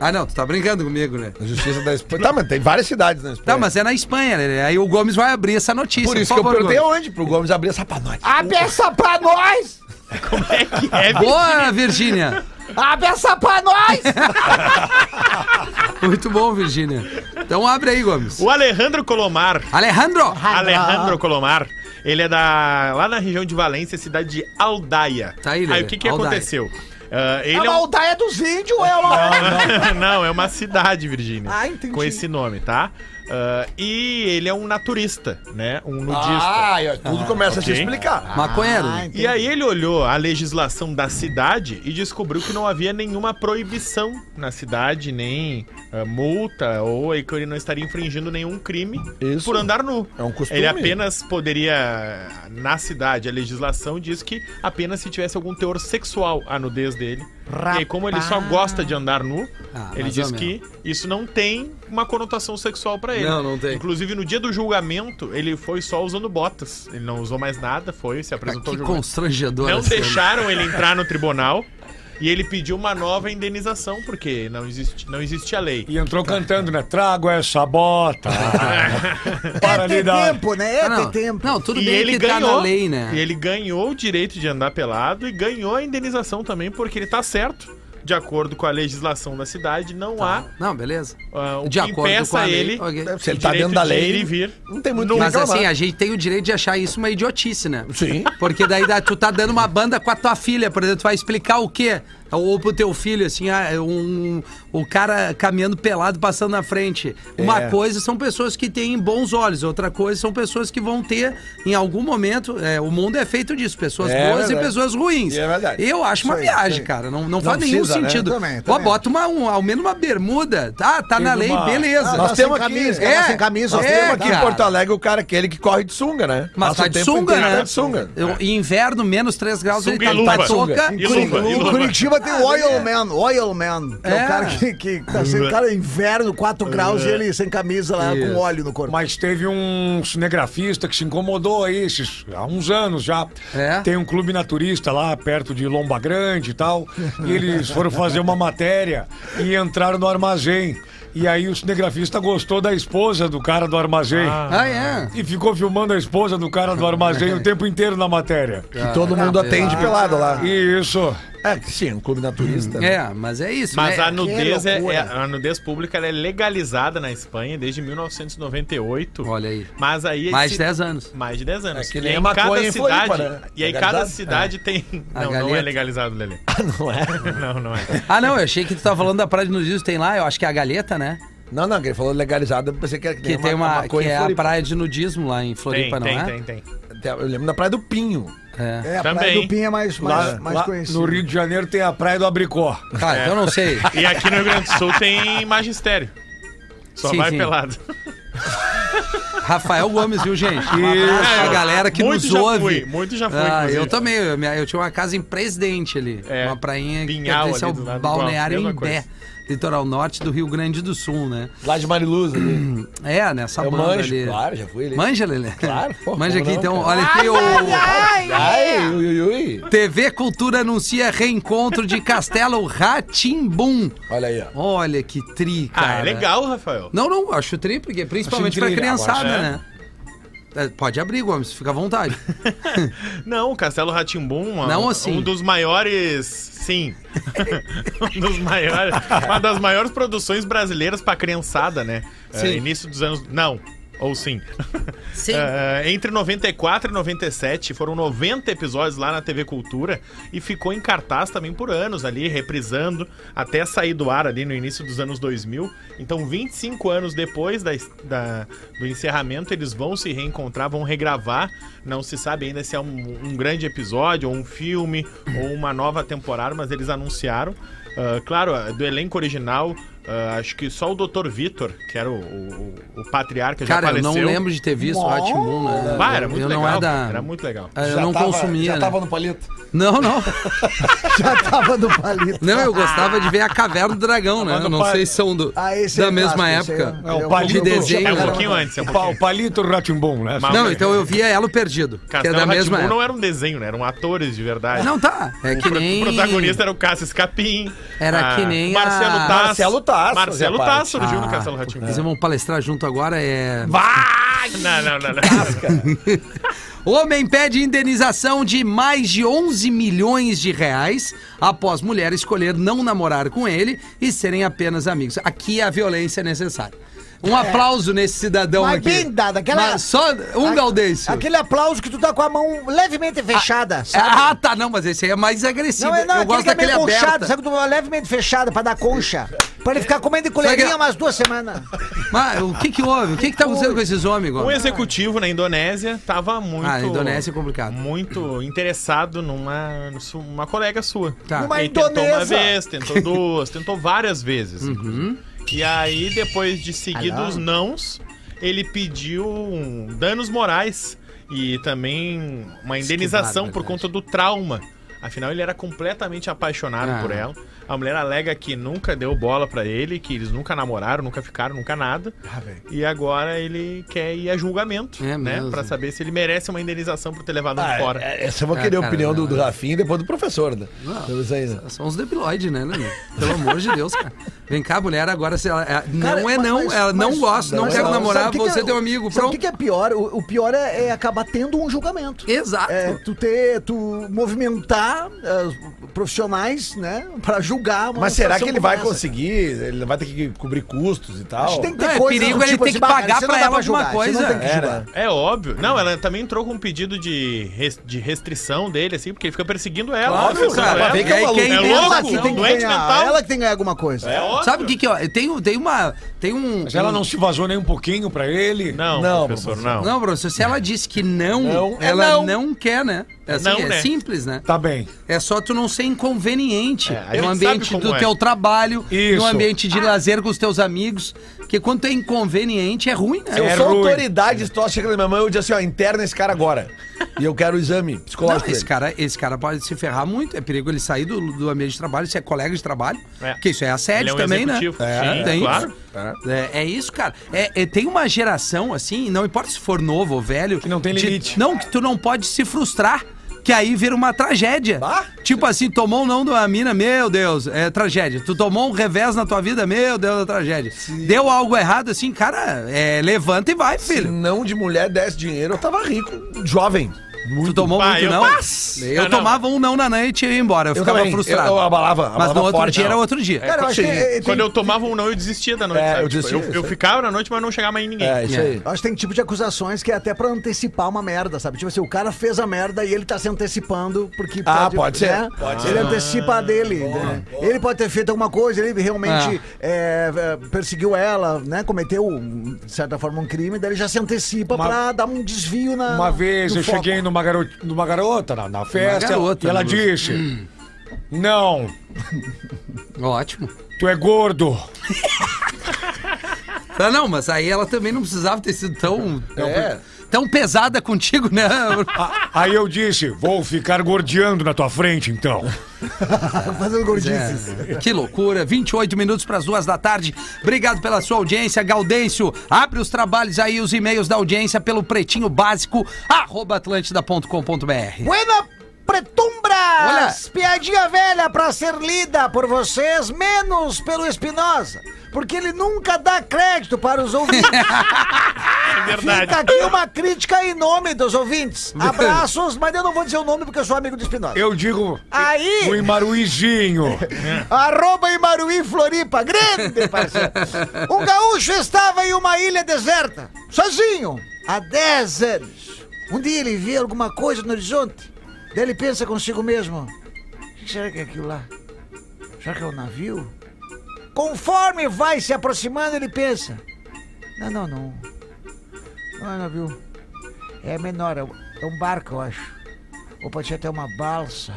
Speaker 4: Ah, não, tu tá brincando comigo, né?
Speaker 8: Na Justiça da Espanha. Tá, mas tem várias cidades na Espanha.
Speaker 4: Tá, mas é na Espanha, né? Aí o Gomes vai abrir essa notícia.
Speaker 8: Por isso
Speaker 4: por
Speaker 8: que eu
Speaker 4: favor, Ah,
Speaker 8: perguntei
Speaker 4: Gomes.
Speaker 8: aonde pro Gomes abrir essa panote.
Speaker 9: Abre essa pra nós!
Speaker 5: É que é
Speaker 4: Boa, Virgínia!
Speaker 9: Abre essa pra nós!
Speaker 4: Muito bom, Virgínia. Então abre aí, Gomes.
Speaker 5: O Ah, Alejandro Colomar,
Speaker 4: Alejandro!
Speaker 9: Ah,
Speaker 5: Alejandro Colomar, ele é da lá na região de Valência, cidade de Aldaia.
Speaker 4: Tá aí, Lelê,
Speaker 5: aí o que, que
Speaker 4: Aldaia.
Speaker 5: aconteceu? Ah,
Speaker 9: É
Speaker 5: ele é
Speaker 9: uma
Speaker 5: um-
Speaker 9: aldeia dos índios, é uma...
Speaker 5: não, é uma cidade, Virgínia.
Speaker 9: Ah, entendi.
Speaker 5: Com esse nome, tá? Ah, e ele é um naturista, né? Um nudista.
Speaker 8: Ah, e ó,
Speaker 4: é,
Speaker 8: tudo começa a
Speaker 5: ok.
Speaker 8: te explicar.
Speaker 4: Maconheiro.
Speaker 5: e aí ele olhou a legislação da cidade e descobriu que não havia nenhuma proibição na cidade, nem ah, multa, ou aí que ele não estaria infringindo nenhum crime
Speaker 8: Isso.
Speaker 5: por andar nu.
Speaker 8: É um costume.
Speaker 5: Ele apenas poderia, na cidade, a legislação diz que apenas se tivesse algum teor sexual a nudez dele. E aí, como ele só gosta de andar nu,
Speaker 4: Ah,
Speaker 5: ele
Speaker 4: mais
Speaker 5: diz
Speaker 4: ou
Speaker 5: que isso não tem uma conotação sexual pra ele.
Speaker 4: Não, não tem.
Speaker 5: Inclusive, no dia do julgamento, ele foi só usando botas. Ele não usou mais nada, foi, se
Speaker 4: Ah,
Speaker 5: apresentou
Speaker 4: Que
Speaker 5: ao julgamento.
Speaker 4: constrangedor.
Speaker 5: Não
Speaker 4: essa
Speaker 5: deixaram ele entrar no tribunal. E ele pediu uma nova indenização, porque não existe, não existia lei.
Speaker 10: E entrou cantando, né? Trago essa
Speaker 8: tá.
Speaker 10: bota. Para
Speaker 9: É
Speaker 10: lhe
Speaker 9: ter
Speaker 10: dar.
Speaker 9: tempo, né? É
Speaker 4: Ah,
Speaker 9: ter
Speaker 4: não.
Speaker 9: tempo.
Speaker 4: não, tudo bem que tá na lei, né?
Speaker 5: E ele ganhou o direito de andar pelado e ganhou a indenização também, porque ele tá certo. De acordo com a legislação da cidade, não há
Speaker 4: Não, beleza.
Speaker 5: ah, o
Speaker 4: Tá. De
Speaker 5: que
Speaker 4: acordo com a
Speaker 5: impeça
Speaker 4: lei,
Speaker 5: ele
Speaker 4: ok.
Speaker 5: o
Speaker 8: Se ele tá
Speaker 5: direito
Speaker 8: dentro da
Speaker 5: de
Speaker 8: lei,
Speaker 5: ir e vir.
Speaker 8: não tem muito o que
Speaker 4: Mas
Speaker 8: reclamar.
Speaker 4: assim, a gente tem o direito de achar isso uma idiotice, né?
Speaker 8: Sim.
Speaker 4: Porque daí dá- tu tá dando uma banda com a tua filha, por exemplo, tu vai explicar o quê? Ou pro teu filho, assim, ah, é um, o cara caminhando pelado, passando na frente. Uma
Speaker 8: É.
Speaker 4: coisa são pessoas que têm bons olhos, outra coisa são pessoas que vão ter, em algum momento, é, o mundo é feito disso, pessoas
Speaker 8: É
Speaker 4: boas e
Speaker 8: verdade.
Speaker 4: pessoas ruins.
Speaker 8: É verdade.
Speaker 4: Eu acho uma
Speaker 3: aí,
Speaker 4: viagem,
Speaker 3: isso aí.
Speaker 4: cara, não, não, faz nenhum
Speaker 8: precisa, né?
Speaker 4: sentido.
Speaker 3: Também,
Speaker 4: Pô,
Speaker 3: também.
Speaker 4: bota uma, um- ao menos uma bermuda, tá, tá na lei,
Speaker 10: uma-
Speaker 4: beleza.
Speaker 8: nós
Speaker 3: tá
Speaker 8: temos
Speaker 3: sem
Speaker 8: aqui-
Speaker 3: Camisa, cara,
Speaker 4: é,
Speaker 3: tá sem camisa,
Speaker 4: nós
Speaker 3: ó.
Speaker 8: Nós
Speaker 4: É,
Speaker 8: temos aqui em
Speaker 4: cara.
Speaker 8: Porto Alegre o cara aquele que corre de sunga, né?
Speaker 4: Mas
Speaker 8: Passa
Speaker 4: tá
Speaker 8: o
Speaker 4: de
Speaker 8: tempo
Speaker 4: sunga,
Speaker 8: inteiro
Speaker 4: né?
Speaker 8: de sunga. É.
Speaker 4: Eu- e inverno, menos 3 graus,
Speaker 5: Sunga
Speaker 4: ele
Speaker 5: e
Speaker 4: tá,
Speaker 5: luva.
Speaker 4: tá touca.
Speaker 8: Sunga.
Speaker 5: E luva, e
Speaker 3: Em
Speaker 5: luva.
Speaker 3: Curitiba tem o Oil Man, Oil Man, que é,
Speaker 4: Ah, É.
Speaker 3: o cara que, que tá sendo cara inverno, 4
Speaker 5: É.
Speaker 3: graus e ele sem camisa lá
Speaker 4: Isso.
Speaker 3: com óleo no corpo.
Speaker 10: Mas teve um cinegrafista que se incomodou aí esses, há uns anos já.
Speaker 4: É?
Speaker 10: Tem um clube naturista lá perto de Lomba Grande e tal. E eles foram fazer uma matéria e entraram no armazém. E aí o cinegrafista gostou da esposa do cara do armazém.
Speaker 4: Ah, é.
Speaker 10: E ficou filmando a esposa do cara do armazém o tempo inteiro na matéria.
Speaker 8: Ah, tá. Que todo mundo atende pelado lá.
Speaker 10: E isso.
Speaker 8: É, sim, um clube naturista. né?
Speaker 4: É, mas é isso.
Speaker 5: Mas
Speaker 4: né?
Speaker 5: a nudez, é,
Speaker 3: loucura.
Speaker 5: é- a nudez pública ela é legalizada na Espanha desde 1998.
Speaker 4: Olha aí.
Speaker 5: Mas aí
Speaker 4: Mais de
Speaker 5: esse-
Speaker 4: 10 anos.
Speaker 5: Mais de 10 anos.
Speaker 8: É que
Speaker 5: E
Speaker 8: nem
Speaker 5: aí
Speaker 8: a maconha
Speaker 5: cada
Speaker 8: em Floripa,
Speaker 5: cidade,
Speaker 8: né?
Speaker 5: E aí
Speaker 8: Legalizado?
Speaker 5: cada cidade tem.
Speaker 4: A
Speaker 5: Não, não é
Speaker 4: galheta.
Speaker 5: legalizado, Lelê.
Speaker 8: Não é?
Speaker 5: Não, não é.
Speaker 4: Ah, não, eu achei que tu tava falando da Praia de Nudismo, tem lá, eu acho que é a Galeta, né?
Speaker 8: Não, não, que ele falou legalizado, eu pensei que era
Speaker 4: Que tem uma, que
Speaker 8: em
Speaker 4: é a
Speaker 8: Floripa.
Speaker 4: praia de nudismo lá
Speaker 5: Tem,
Speaker 4: em Floripa,
Speaker 5: tem,
Speaker 4: não é?
Speaker 5: tem, tem.
Speaker 8: Até- Eu lembro da Praia do Pinho.
Speaker 4: É.
Speaker 3: É, a
Speaker 5: Também.
Speaker 3: Praia do Pinha é mais, mais,
Speaker 10: Lá,
Speaker 3: mais
Speaker 10: lá
Speaker 3: conhecida.
Speaker 10: no Rio de Janeiro tem a Praia do Abricó.
Speaker 4: Tá, então eu não sei.
Speaker 5: E aqui no Rio Grande do Sul tem magistério. Só
Speaker 4: Sim,
Speaker 5: vai
Speaker 4: sim.
Speaker 5: pelado.
Speaker 4: Rafael Gomes, viu, gente? Um abraço pra
Speaker 5: eu-
Speaker 4: galera que
Speaker 5: muito
Speaker 4: nos
Speaker 5: já
Speaker 4: ouve.
Speaker 5: fui, muito já fui,
Speaker 4: Ah,
Speaker 5: inclusive.
Speaker 4: eu também. Eu, minha- eu tinha uma casa em Presidente ali.
Speaker 5: É,
Speaker 4: Uma prainha que
Speaker 5: Pinhal
Speaker 4: pertence ao
Speaker 5: ali do lado do
Speaker 4: balneário
Speaker 5: Guam, mesma
Speaker 4: em Bé,
Speaker 5: coisa.
Speaker 4: litoral norte do Rio Grande do Sul, né?
Speaker 8: Lá de Mariluz ali.
Speaker 4: É, nessa
Speaker 8: Eu
Speaker 4: banda
Speaker 8: manjo,
Speaker 4: ali.
Speaker 8: claro, já fui ali.
Speaker 4: Manja, Lelê?
Speaker 8: Claro, pô,
Speaker 4: Manja
Speaker 8: como
Speaker 4: aqui,
Speaker 8: não,
Speaker 4: então.
Speaker 8: cara?
Speaker 4: Olha aqui, o...
Speaker 8: Ai, ui, ui, ui.
Speaker 4: TV Cultura anuncia reencontro de Castelo Ratimbum.
Speaker 8: Olha aí, ó.
Speaker 4: Olha que tri,
Speaker 5: Ah,
Speaker 4: cara.
Speaker 5: é legal, Rafael.
Speaker 4: Não, não, acho tri, porque principalmente
Speaker 8: Acho
Speaker 4: pra
Speaker 8: tri,
Speaker 4: criançada,
Speaker 5: agora,
Speaker 4: né? É, Pode abrir, Gomes, fica à vontade.
Speaker 5: Não, o Castelo Ratimbum
Speaker 4: Não,
Speaker 5: um,
Speaker 4: assim.
Speaker 5: um dos maiores. Sim. um dos maiores. Uma das maiores produções brasileiras pra criançada, né? É,
Speaker 4: Sim.
Speaker 5: início dos anos. Não. Ou sim.
Speaker 4: Sim.
Speaker 5: É, entre 94 e 97, foram 90 episódios lá na TV Cultura e ficou em cartaz também por anos ali, reprisando, até sair do ar ali no início dos anos 2000. Então, 25 anos depois da, es- da- do encerramento, eles vão se reencontrar, vão regravar. Não se sabe ainda se é um, um grande episódio, ou um filme, ou uma nova temporada, mas eles anunciaram. Ah, claro, ah, do elenco original, ah, acho que só o Dr. Vitor, que era o, o- o- o patriarca, já
Speaker 4: Cara, eu
Speaker 5: faleceu.
Speaker 4: não lembro de ter visto o Ratimbum, né?
Speaker 5: Bah, era muito
Speaker 4: eu
Speaker 5: legal.
Speaker 4: não é
Speaker 5: cara,
Speaker 4: da.
Speaker 5: Era muito legal.
Speaker 4: Ah, Eu
Speaker 8: Já
Speaker 4: não
Speaker 8: tava-
Speaker 4: consumia.
Speaker 8: Já
Speaker 4: né?
Speaker 8: tava no palito.
Speaker 4: Não, não.
Speaker 3: Já tava no palito.
Speaker 4: Não, eu gostava de ver a Caverna do Dragão, né? Eu não
Speaker 10: pai-
Speaker 4: sei se são do,
Speaker 3: Ah, esse
Speaker 4: da
Speaker 3: é
Speaker 4: mesma
Speaker 3: clássico, esse
Speaker 4: época.
Speaker 3: é-
Speaker 10: É,
Speaker 3: Eu
Speaker 10: o palito.
Speaker 4: vou desenho.
Speaker 5: É um
Speaker 4: Era
Speaker 5: pouquinho antes, é um
Speaker 10: O
Speaker 5: pouquinho.
Speaker 10: pa- o palito Ratimbum, né?
Speaker 5: Mas-
Speaker 4: Não, então eu via Elo Perdido, que é da
Speaker 5: Castelo
Speaker 4: mesma
Speaker 5: Rá-Tim-Bum
Speaker 4: época.
Speaker 5: não era um desenho, né? Eram atores de verdade.
Speaker 4: Não tá. É que
Speaker 5: O pro-
Speaker 4: nem.
Speaker 5: O protagonista é era o Cássio Escapim.
Speaker 4: Era
Speaker 5: ah,
Speaker 4: que nem a-
Speaker 5: Marcelo Tasso.
Speaker 8: Marcelo Tasso
Speaker 5: Marcelo
Speaker 8: fazia
Speaker 5: Tasso surgiu no
Speaker 4: Ah,
Speaker 5: Castelo Ratimbu.
Speaker 4: Eles vão palestrar junto agora é.
Speaker 5: Vai! Não, não, não. não.
Speaker 4: Homem pede indenização de mais de 11 milhões de reais após mulher escolher não namorar com ele e serem apenas amigos. Aqui a violência é necessária. Um aplauso nesse cidadão
Speaker 3: É. Mas
Speaker 4: aqui.
Speaker 3: bem dado, aquela-
Speaker 4: Mas só um gaudêncio.
Speaker 3: Aquele aplauso que tu tá com a mão levemente fechada, sabe?
Speaker 4: Ah, tá, não, mas esse aí é mais agressivo.
Speaker 3: Não, é, não,
Speaker 4: Eu
Speaker 3: aquele
Speaker 4: gosto
Speaker 3: que é
Speaker 4: daquele
Speaker 3: meio conchado,
Speaker 4: aberto.
Speaker 3: sabe? que tu é levemente fechado pra dar concha. Pra ele ficar comendo de
Speaker 4: Sabe
Speaker 3: colherinha
Speaker 4: que- é?
Speaker 3: umas duas semanas.
Speaker 4: Mas o que que houve? O que que tá acontecendo com esses homens,
Speaker 5: Um
Speaker 4: agora?
Speaker 5: executivo na Indonésia tava muito...
Speaker 4: Ah, a Indonésia é complicado.
Speaker 5: Muito interessado numa su- uma colega sua.
Speaker 4: Tá.
Speaker 3: Numa
Speaker 5: Ele tentou uma
Speaker 3: indonesa.
Speaker 5: vez, tentou duas, tentou várias vezes.
Speaker 4: Uhum.
Speaker 5: inclusive. E aí, depois de seguidos nãos, ele pediu um danos morais e também uma indenização por
Speaker 4: barbaridade.
Speaker 5: conta do trauma. Afinal, ele era completamente apaixonado
Speaker 4: Ah.
Speaker 5: por ela. A mulher alega que nunca deu bola pra ele, que eles nunca namoraram, nunca ficaram, nunca nada.
Speaker 4: Ah,
Speaker 5: e agora ele quer ir a julgamento,
Speaker 4: É
Speaker 5: né?
Speaker 4: mesmo.
Speaker 5: Pra saber se ele merece uma indenização por ter levado
Speaker 8: Ah,
Speaker 5: um fora.
Speaker 8: é- Essa eu vou
Speaker 4: Ah,
Speaker 8: querer a
Speaker 4: cara,
Speaker 8: opinião
Speaker 4: não, Ah.
Speaker 8: do, do
Speaker 4: não.
Speaker 8: Rafinha e depois do professor, né?
Speaker 4: Não.
Speaker 8: Temos aí, né?
Speaker 4: São os debiloides, né, Lelê? Pelo amor de Deus, cara. Vem cá, mulher, agora se ela. ela- não
Speaker 3: Cara,
Speaker 4: é
Speaker 3: mas-
Speaker 4: não,
Speaker 3: mas-
Speaker 4: ela não
Speaker 3: mas-
Speaker 4: gosta, não,
Speaker 3: mas
Speaker 4: quero
Speaker 3: sabe
Speaker 4: namorar,
Speaker 3: o que que
Speaker 4: você
Speaker 3: é-
Speaker 4: é teu amigo,
Speaker 3: Sabe o
Speaker 4: pronto.
Speaker 3: que que é pior? O, o pior é, é acabar tendo um julgamento.
Speaker 4: Exato.
Speaker 3: É, tu ter, tu movimentar eh, profissionais, né, pra julgar uma
Speaker 8: Mas será que
Speaker 3: situação
Speaker 8: ele vai
Speaker 3: como essa,
Speaker 8: conseguir? Ele vai ter que cobrir custos e tal?
Speaker 3: cara? Acho que tem que ter
Speaker 4: Não, é
Speaker 3: coisas
Speaker 4: perigo
Speaker 3: do
Speaker 4: ele ter que
Speaker 3: assim, ah,
Speaker 4: pagar
Speaker 3: cara, isso não
Speaker 4: pra
Speaker 3: dá
Speaker 4: ela alguma
Speaker 3: julgar, isso
Speaker 4: coisa.
Speaker 3: Não tem que
Speaker 8: Era.
Speaker 3: julgar.
Speaker 5: É óbvio. Não, ela também entrou com um pedido de, res- de restrição dele, assim, porque ele fica perseguindo ela.
Speaker 4: Claro,
Speaker 5: ofensando
Speaker 4: cara,
Speaker 5: ela.
Speaker 8: pra ver que é um
Speaker 5: E aí
Speaker 8: maluco.
Speaker 5: quem
Speaker 8: É
Speaker 5: tem
Speaker 3: ela
Speaker 5: louco,
Speaker 3: que tem que
Speaker 5: doente
Speaker 3: ganhar,
Speaker 5: mental.
Speaker 3: ela que tem que ganhar alguma coisa.
Speaker 5: É óbvio.
Speaker 4: Sabe o que que, ó, tem, tem uma, tem um...
Speaker 10: Mas ela não se vazou nem um pouquinho pra ele.
Speaker 5: Não,
Speaker 8: Não,
Speaker 5: professor,
Speaker 8: professor.
Speaker 5: não.
Speaker 4: Não, professor, se ela disse que não,
Speaker 8: Não, é
Speaker 4: ela não.
Speaker 8: não.
Speaker 4: quer, né? É, assim,
Speaker 5: Não,
Speaker 4: é
Speaker 5: né?
Speaker 4: simples, né?
Speaker 10: Tá bem.
Speaker 4: É só tu não ser inconveniente
Speaker 5: É, a gente
Speaker 4: no ambiente
Speaker 5: sabe
Speaker 4: do
Speaker 5: como é.
Speaker 4: teu trabalho,
Speaker 10: Isso.
Speaker 4: no ambiente de lazer com os teus amigos, porque quando tu é inconveniente é ruim, né?
Speaker 8: Eu
Speaker 10: É
Speaker 8: sou
Speaker 10: ruim.
Speaker 8: autoridade, se tu acha que minha mãe, eu digo assim, ó, interna esse cara agora. E eu quero o exame
Speaker 4: Não,
Speaker 8: psicológico.
Speaker 4: esse,
Speaker 8: dele.
Speaker 4: cara, esse cara pode se ferrar muito. É perigo ele sair do, do ambiente de trabalho, se é colega de trabalho.
Speaker 5: É.
Speaker 4: Porque isso é assédio
Speaker 5: Ele é um
Speaker 4: também, né?
Speaker 5: executivo. Sim,
Speaker 4: tem
Speaker 5: claro.
Speaker 4: isso. É, é isso, cara. É, é- tem uma geração, assim, não importa se for novo ou velho. Que
Speaker 10: não tem limite.
Speaker 4: não, que tu não pode se frustrar. Que aí vira uma tragédia.
Speaker 8: Ah?
Speaker 4: Tipo assim, tomou um não de uma mina, meu Deus, é tragédia. Tu tomou um revés na tua vida, meu Deus, é tragédia. Deu algo errado, assim, cara, é, levanta e vai,
Speaker 8: Se
Speaker 4: filho.
Speaker 8: não de mulher desse dinheiro, eu tava rico, jovem.
Speaker 4: Tu tomou
Speaker 5: Ah,
Speaker 4: muito,
Speaker 5: eu-
Speaker 4: não?
Speaker 5: Mas-
Speaker 4: Eu
Speaker 5: Ah, não.
Speaker 4: tomava um não na noite e ia embora. Eu, ficava
Speaker 8: também.
Speaker 4: frustrado.
Speaker 8: Eu- eu abalava- abalava
Speaker 4: Mas no outro
Speaker 8: forte,
Speaker 4: dia
Speaker 8: não.
Speaker 4: era outro
Speaker 9: É.
Speaker 4: dia.
Speaker 3: Cara, eu acho que, eh, tem,
Speaker 5: Quando eu tomava um não, eu desistia da noite.
Speaker 8: É,
Speaker 5: sabe? Tipo,
Speaker 8: eu desistia,
Speaker 5: eu,
Speaker 8: isso
Speaker 5: eu
Speaker 8: aí.
Speaker 5: ficava na noite, mas não chegava mais em ninguém.
Speaker 8: É, isso aí.
Speaker 3: eu acho que tem tipo de acusações que é até pra antecipar uma merda, sabe? Tipo assim, o cara fez a merda e ele tá se antecipando porque.
Speaker 8: Ah, pode ser.
Speaker 3: né? ele antecipa a dele. né? Ele pode ter feito alguma coisa, ele realmente eh, eh, perseguiu ela, né? Cometeu, de certa forma, um crime, daí ele já se antecipa
Speaker 10: Uma-
Speaker 3: pra dar um desvio na.
Speaker 10: Uma vez
Speaker 3: no
Speaker 10: eu
Speaker 3: foco.
Speaker 10: cheguei numa, garo... numa garota na, na festa
Speaker 4: garota,
Speaker 10: e
Speaker 4: né,
Speaker 10: ela disse: Não,
Speaker 4: Ótimo.
Speaker 10: tu é gordo.
Speaker 4: Ah, não, mas aí ela também não precisava ter sido tão, tão pesada contigo, né?
Speaker 10: A- Aí eu disse: Vou ficar gordeando na tua frente então.
Speaker 3: Fazendo gordices.
Speaker 4: É, que loucura. 28 minutos para as duas da tarde. Obrigado pela sua audiência. Gaudêncio, abre os trabalhos aí, os e-mails da audiência pelo pretinho básico, arroba atlântida.com.br.
Speaker 9: Buena Pretumbras!
Speaker 4: Olha.
Speaker 9: Piadinha velha pra ser lida por vocês, menos pelo Espinosa, porque ele nunca dá crédito para os ouvintes.
Speaker 5: É verdade.
Speaker 9: Fica aqui uma crítica em nome dos ouvintes. Abraços, mas eu não vou dizer o nome porque eu sou amigo do Espinosa.
Speaker 10: Eu digo: O
Speaker 9: Aí,
Speaker 10: Imaruizinho.
Speaker 9: arroba Imaruí Floripa, grande parceiro. Um gaúcho estava em uma ilha deserta, sozinho, há 10 anos. Um dia ele vê alguma coisa no horizonte, daí ele pensa consigo mesmo: o que será que é aquilo lá? Será que é um navio? Conforme vai se aproximando, ele pensa: não, não, não. Não é navio. É menor, é um é um barco, eu acho. Ou pode ser até uma balsa.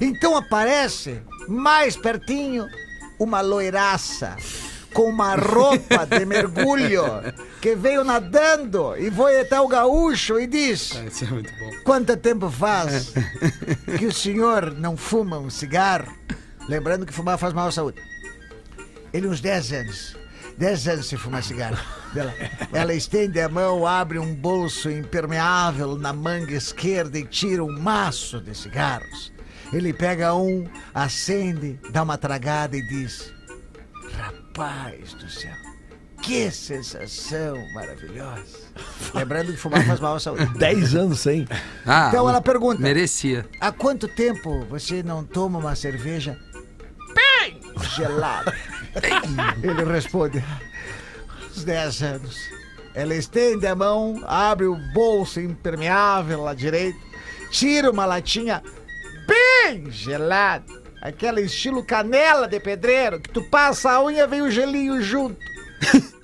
Speaker 9: Então aparece, mais pertinho, uma loiraça com uma roupa de mergulho que veio nadando e foi até o gaúcho e diz:
Speaker 4: Isso é muito bom.
Speaker 9: Quanto tempo faz que o senhor não fuma um cigarro? Lembrando que fumar faz mal à saúde. Ele, uns 10 anos. 10 anos sem fumar cigarro. Ela, ela estende a mão, abre um bolso impermeável na manga esquerda e tira um maço de cigarros. Ele pega um, acende, dá uma tragada e diz: Rapaz do céu, que sensação maravilhosa. Lembrando que fumar faz mal à saúde.
Speaker 8: 10 anos sem.
Speaker 4: Ah,
Speaker 9: Então ela pergunta.
Speaker 4: Merecia.
Speaker 9: Há quanto tempo você não toma uma cerveja bem gelada? Ele responde: uns 10 anos. Ela estende a mão, abre o bolso impermeável lá direito, tira uma latinha bem gelada, aquela estilo canela de pedreiro, que tu passa a unha vem o gelinho junto.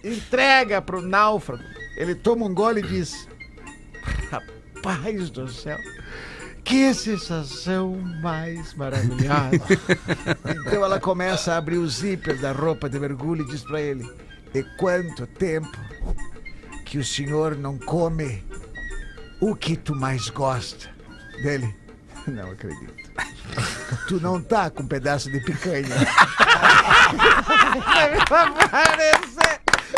Speaker 9: Entrega pro náufrago. Ele toma um gole e diz: Rapaz do céu, que sensação mais maravilhosa. então ela começa a abrir o zíper da roupa de mergulho e diz pra ele: E quanto tempo que o senhor não come o que tu mais gosta dele? Não acredito. Tu não tá com um pedaço de picanha. Parece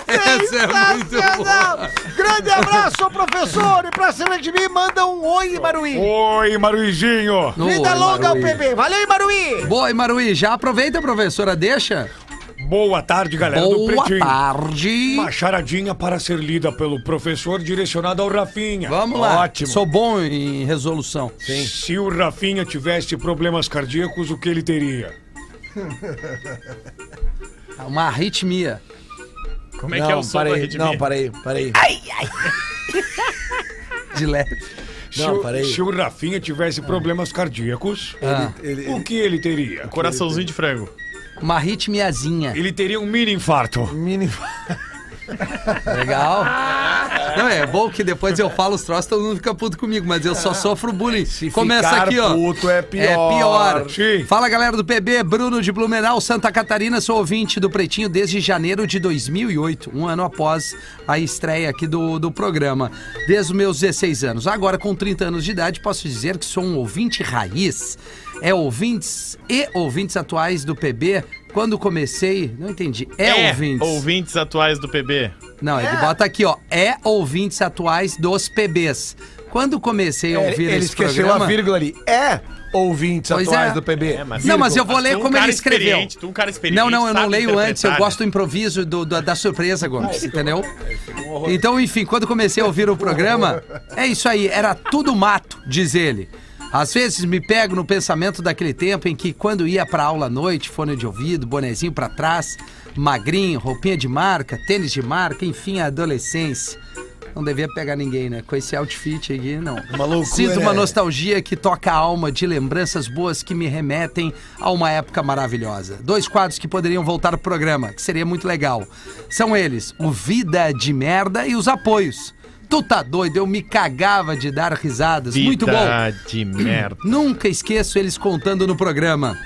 Speaker 4: Essa é muito
Speaker 9: sensacional. Grande abraço, professor. E pra cima de mim, manda um oi, Maruí.
Speaker 10: Oi, Imaruizinho.
Speaker 9: Vida
Speaker 4: Oi,
Speaker 9: longa ao
Speaker 4: Maruí.
Speaker 9: PB. Valeu, Maruí!
Speaker 4: Boa, e Maruí, já aproveita, professora, deixa.
Speaker 10: Boa tarde, galera do
Speaker 4: Boa
Speaker 10: Pretinho.
Speaker 4: tarde.
Speaker 10: Uma charadinha para ser lida pelo professor direcionada ao Rafinha.
Speaker 4: Vamos lá.
Speaker 8: Ótimo.
Speaker 4: Sou bom em resolução.
Speaker 10: Se o Rafinha tivesse problemas cardíacos, o que ele teria?
Speaker 4: É Uma arritmia.
Speaker 5: Como é que é o som da
Speaker 8: parei,
Speaker 5: Rede
Speaker 8: Não,
Speaker 5: Mir?
Speaker 8: parei, parei.
Speaker 4: De leve.
Speaker 10: Se,
Speaker 8: Não,
Speaker 10: o,
Speaker 8: peraí.
Speaker 10: se o Rafinha tivesse problemas cardíacos,
Speaker 4: Ah,
Speaker 8: Ele-
Speaker 10: o que ele teria?
Speaker 5: Coraçãozinho de frango.
Speaker 4: uma arritmiazinha.
Speaker 10: Ele teria um mini infarto.
Speaker 8: Mini...
Speaker 4: Legal. Não, é bom que depois eu falo os troços, todo mundo fica puto comigo, mas eu só sofro bullying. Começa
Speaker 8: ficar
Speaker 4: aqui, ó.
Speaker 8: puto é pior.
Speaker 4: É pior.
Speaker 10: Sim.
Speaker 4: Fala, galera do PB, Bruno de Blumenau, Santa Catarina, sou ouvinte do Pretinho desde janeiro de 2008, um ano após a estreia aqui do, do programa, desde os meus 16 anos. Agora, com 30 anos de idade, posso dizer que sou um ouvinte raiz. É ouvintes e ouvintes atuais do PB. Quando comecei, não entendi. É, ouvintes.
Speaker 5: ouvintes atuais do PB.
Speaker 4: Não, ele bota aqui, ó. É ouvintes atuais dos PBs. Quando comecei a
Speaker 8: Ele,
Speaker 4: ouvir
Speaker 8: É, ele
Speaker 4: esse
Speaker 8: esqueceu
Speaker 4: programa...
Speaker 8: a vírgula ali. É ouvintes
Speaker 4: Pois
Speaker 8: atuais
Speaker 4: é.
Speaker 8: do PB.
Speaker 5: É, mas-
Speaker 4: Não, mas eu vou
Speaker 5: Mas
Speaker 4: ler
Speaker 5: tu é um
Speaker 4: como
Speaker 5: cara
Speaker 4: ele escreveu.
Speaker 5: experiente, tu é um cara experiente,
Speaker 4: Não, não, eu não
Speaker 5: sabe
Speaker 4: leio
Speaker 5: interpretar,
Speaker 4: antes, eu
Speaker 5: né?
Speaker 4: gosto do improviso, do- do- da surpresa,
Speaker 8: É,
Speaker 4: Gomes,
Speaker 8: um
Speaker 4: entendeu? Então, enfim, quando comecei a ouvir o programa, é isso aí, era tudo mato, diz ele. Às vezes me pego no pensamento daquele tempo em que quando ia pra aula à noite, fone de ouvido, bonezinho pra trás, magrinho, roupinha de marca, tênis de marca, enfim, a adolescência. Não devia pegar ninguém, né? Com esse outfit aqui, não.
Speaker 8: Uma loucura,
Speaker 4: Sinto uma nostalgia
Speaker 8: é.
Speaker 4: nostalgia que toca a alma de lembranças boas que me remetem a uma época maravilhosa. Dois quadros que poderiam voltar ao programa, que seria muito legal. São eles, o Vida de Merda e os apoios. Tu tá doido, eu me cagava de dar risadas. é Muito bom.
Speaker 5: Vida de merda.
Speaker 4: Nunca esqueço eles contando no programa.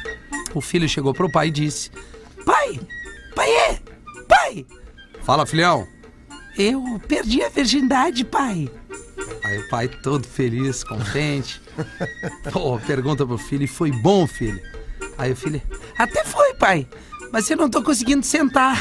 Speaker 4: O filho chegou pro pai e disse: Pai, pai, é, pai. Fala, filhão. Eu perdi a virgindade, pai. Aí o pai todo feliz, contente. Pô, pergunta pro filho, e foi bom, filho? Aí o filho, até foi, pai, mas eu não tô conseguindo sentar.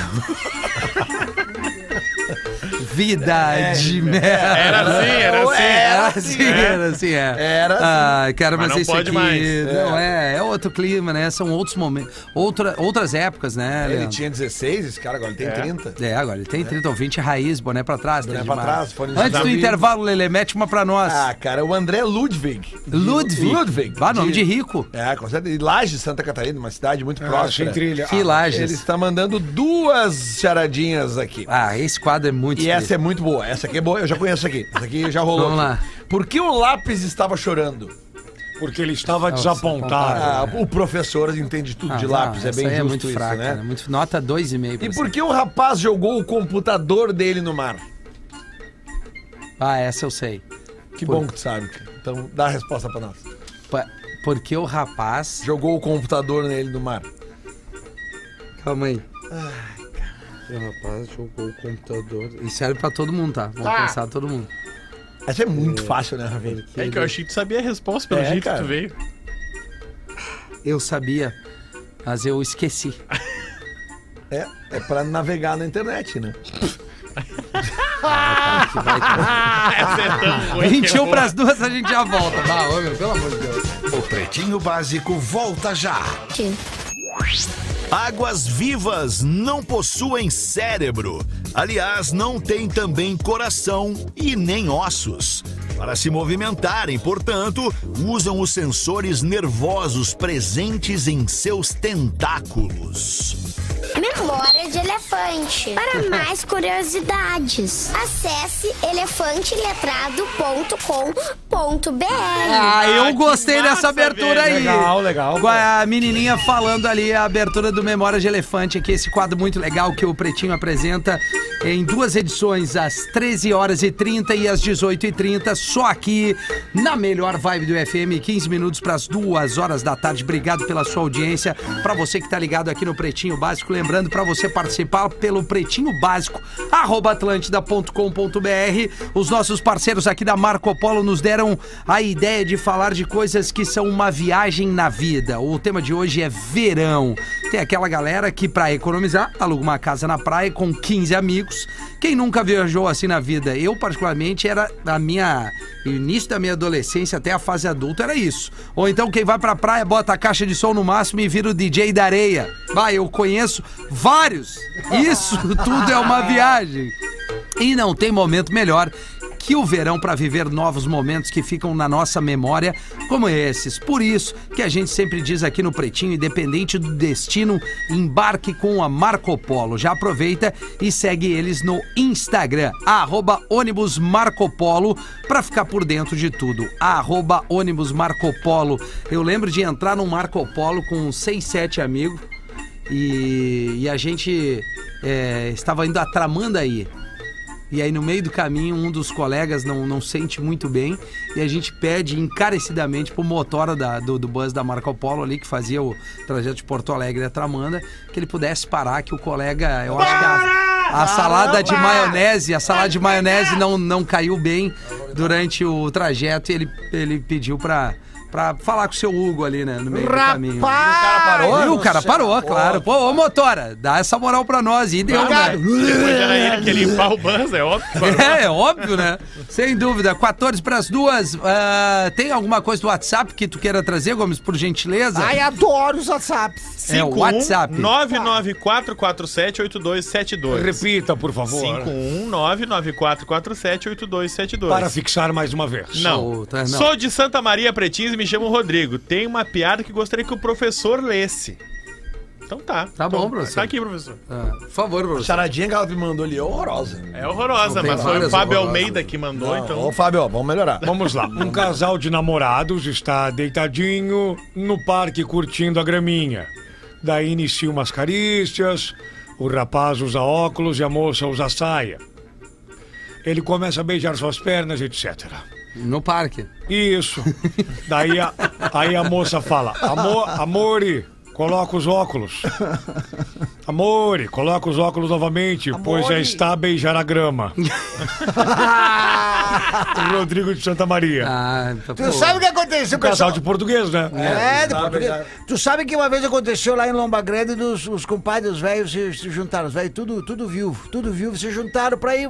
Speaker 4: Vida de merda.
Speaker 5: Era assim, era assim.
Speaker 4: Era assim, era assim, é.
Speaker 8: né? Era assim.
Speaker 4: Ah, cara,
Speaker 5: Mas
Speaker 4: mas,
Speaker 5: não
Speaker 4: isso
Speaker 5: pode
Speaker 4: aqui...
Speaker 5: mais.
Speaker 4: Não, é, é outro clima, né? São outros momentos, outra, outras épocas, né,
Speaker 8: Ele
Speaker 4: Leandro?
Speaker 8: tinha 16, esse cara agora ele tem 30.
Speaker 4: É, agora ele tem 30 ou 20 raiz, boné pra trás.
Speaker 8: Boné
Speaker 4: tá
Speaker 8: pra
Speaker 4: demais.
Speaker 8: trás, fone de
Speaker 4: Antes do
Speaker 8: ouvido.
Speaker 4: intervalo, Lele, mete uma pra nós.
Speaker 8: Ah, cara, o André Ludwig.
Speaker 4: Ludwig.
Speaker 8: Ludwig.
Speaker 4: Bah, nome de rico.
Speaker 8: É, com certeza. de Laje, Santa Catarina, uma cidade muito
Speaker 10: Ah, sem
Speaker 8: próxima.
Speaker 10: trilha.
Speaker 4: Que lajes.
Speaker 8: Ele está mandando duas charadinhas aqui.
Speaker 4: Ah, esse quadro é muito
Speaker 8: E essa
Speaker 4: escrito.
Speaker 8: é muito boa. Essa aqui é boa, eu já conheço aqui. Essa aqui já rolou.
Speaker 4: Vamos
Speaker 8: aqui. Por que o lápis estava chorando?
Speaker 10: Porque ele estava
Speaker 4: desapontado.
Speaker 10: desapontado.
Speaker 8: Ah, o professor entende tudo
Speaker 4: é. Ah,
Speaker 8: de
Speaker 4: não,
Speaker 8: lápis, é
Speaker 4: essa
Speaker 8: bem
Speaker 4: aí
Speaker 8: justo
Speaker 4: muito
Speaker 8: isso,
Speaker 4: fraca,
Speaker 8: né?
Speaker 4: Muito, nota 2,5.
Speaker 8: E
Speaker 4: pra
Speaker 8: por que o rapaz jogou o computador dele no mar?
Speaker 4: você. Ah, essa eu sei.
Speaker 8: Que
Speaker 4: Por-
Speaker 8: bom que tu sabe, cara. Então dá a resposta pra nós.
Speaker 4: Pa- Porque o rapaz...
Speaker 8: Jogou o computador nele no mar.
Speaker 4: Calma aí. O rapaz jogou o computador... Isso serve pra todo mundo, tá? Vamos pensar todo mundo.
Speaker 8: Essa é muito fácil, né, Rafinha?
Speaker 5: É que eu achei que tu sabia a resposta pelo
Speaker 8: É,
Speaker 5: jeito
Speaker 8: cara.
Speaker 5: que tu veio.
Speaker 4: Eu sabia, mas eu esqueci.
Speaker 8: É, é pra navegar na internet, né?
Speaker 4: Ah,
Speaker 5: Essa é tão ruim.
Speaker 4: 21 pras duas, a gente já volta. Bah, ô, meu, pelo amor de Deus.
Speaker 2: O Pretinho Básico volta já. Águas vivas não possuem cérebro. Aliás, não tem também coração e nem ossos. Para se movimentarem, portanto, usam os sensores nervosos presentes em seus tentáculos.
Speaker 11: Memória de elefante. Para mais curiosidades, acesse elefanteletrado.com.br.
Speaker 4: Ah, eu
Speaker 5: Ah, que
Speaker 4: gostei dessa
Speaker 5: massa,
Speaker 4: abertura
Speaker 5: velho.
Speaker 4: aí.
Speaker 10: Legal, legal,
Speaker 4: Com a menininha falando ali a abertura do Memória de Elefante, aqui esse quadro muito legal que o Pretinho apresenta em duas edições, às 13 horas e 30 e às 18 e 30, só aqui na melhor vibe do FM, 15 minutos para as duas horas da tarde. Obrigado pela sua audiência. Para você que tá ligado aqui no Pretinho Básico, lembrando para você participar pelo Pretinho Básico arroba atlântida.com.br. Os nossos parceiros aqui da Marco Polo nos deram a ideia de falar de coisas que são uma viagem na vida. O tema de hoje é verão. Tem aquela galera que, pra economizar, aluga uma casa na praia com 15 amigos. Quem nunca viajou assim na vida? Eu, particularmente, era a minha. Início da minha adolescência até a fase adulta era isso. Ou então quem vai pra praia bota a caixa de som no máximo e vira o DJ da areia. Vai, eu conheço vários. Isso tudo é uma viagem. E não tem momento melhor que o verão para viver novos momentos que ficam na nossa memória, como esses. Por isso que a gente sempre diz aqui no Pretinho, independente do destino, embarque com a Marco Polo. Já aproveita e segue eles no Instagram, arroba ônibus Marco Polo, para ficar por dentro de tudo. Arroba ônibus Marco Polo. Eu lembro de entrar num Marco Polo com seis, sete amigos e, e a gente é, estava indo a Tramandaí. E aí, no meio do caminho, um dos colegas não, não sente muito bem e a gente pede encarecidamente pro motora da- do, do bus da Marco Polo ali, que fazia o trajeto de Porto Alegre a Tramanda, que ele pudesse parar, que o colega, eu acho que a, a salada de maionese, a salada de maionese não, não caiu bem durante o trajeto e ele, ele pediu pra Pra falar com o seu Hugo ali, né? No meio do caminho.
Speaker 9: Rapaz!
Speaker 4: Ah, Viu? O cara
Speaker 9: do
Speaker 4: parou,
Speaker 9: céu.
Speaker 4: claro. Pô, ô motora, dá essa moral pra nós. E deu,
Speaker 5: Claro,
Speaker 4: né?
Speaker 5: né? Depois era ele que ia limpar o Banza, é óbvio.
Speaker 4: É, é óbvio, né? Sem dúvida. 14 pras duas. Ah, tem alguma coisa do WhatsApp que tu queira trazer, Gomes, por gentileza?
Speaker 9: Ai, adoro os WhatsApps.
Speaker 4: É, o
Speaker 3: um
Speaker 4: WhatsApp.
Speaker 5: um 994478272.
Speaker 10: Ah. Repita, por favor.
Speaker 5: 51994478272.
Speaker 10: Para fixar mais uma vez.
Speaker 5: Não.
Speaker 4: Ou, tá, não.
Speaker 5: Sou de Santa Maria Pretins e me chamo Rodrigo. Tem uma piada que gostaria que o professor lesse. Então tá.
Speaker 4: Tá bom,
Speaker 5: Então,
Speaker 4: professor.
Speaker 5: Tá aqui, professor.
Speaker 4: Ah, por favor,
Speaker 8: A
Speaker 4: professor.
Speaker 8: charadinha que ela me mandou ali é horrorosa.
Speaker 5: É horrorosa,
Speaker 4: Não, tem
Speaker 5: mas foi o
Speaker 4: várias
Speaker 5: Fábio
Speaker 4: horrorosas.
Speaker 5: Almeida que mandou, então.
Speaker 8: Ô, Fábio, ó, vamos melhorar.
Speaker 10: Vamos lá. Um casal de namorados está deitadinho no parque curtindo a graminha. Daí inicia umas carícias, o rapaz usa óculos e a moça usa saia. Ele começa a beijar suas pernas, etc.
Speaker 4: No parque.
Speaker 10: Isso. Daí a, aí a moça fala: Amor, Amore, coloca os óculos. Amore, coloca os óculos novamente, pois já está a beijar a grama. Rodrigo de Santa Maria. Um
Speaker 4: Ah, tá,
Speaker 9: Tu
Speaker 4: pô.
Speaker 9: sabe o que aconteceu com
Speaker 10: Casal
Speaker 9: essa...
Speaker 10: de português, né?
Speaker 9: É, de português. Tu sabe que uma vez aconteceu lá em Lomba Grande, dos, os compadres, os velhos se, se juntaram, os velhos tudo, tudo viúvo, tudo viúvo, se juntaram pra ir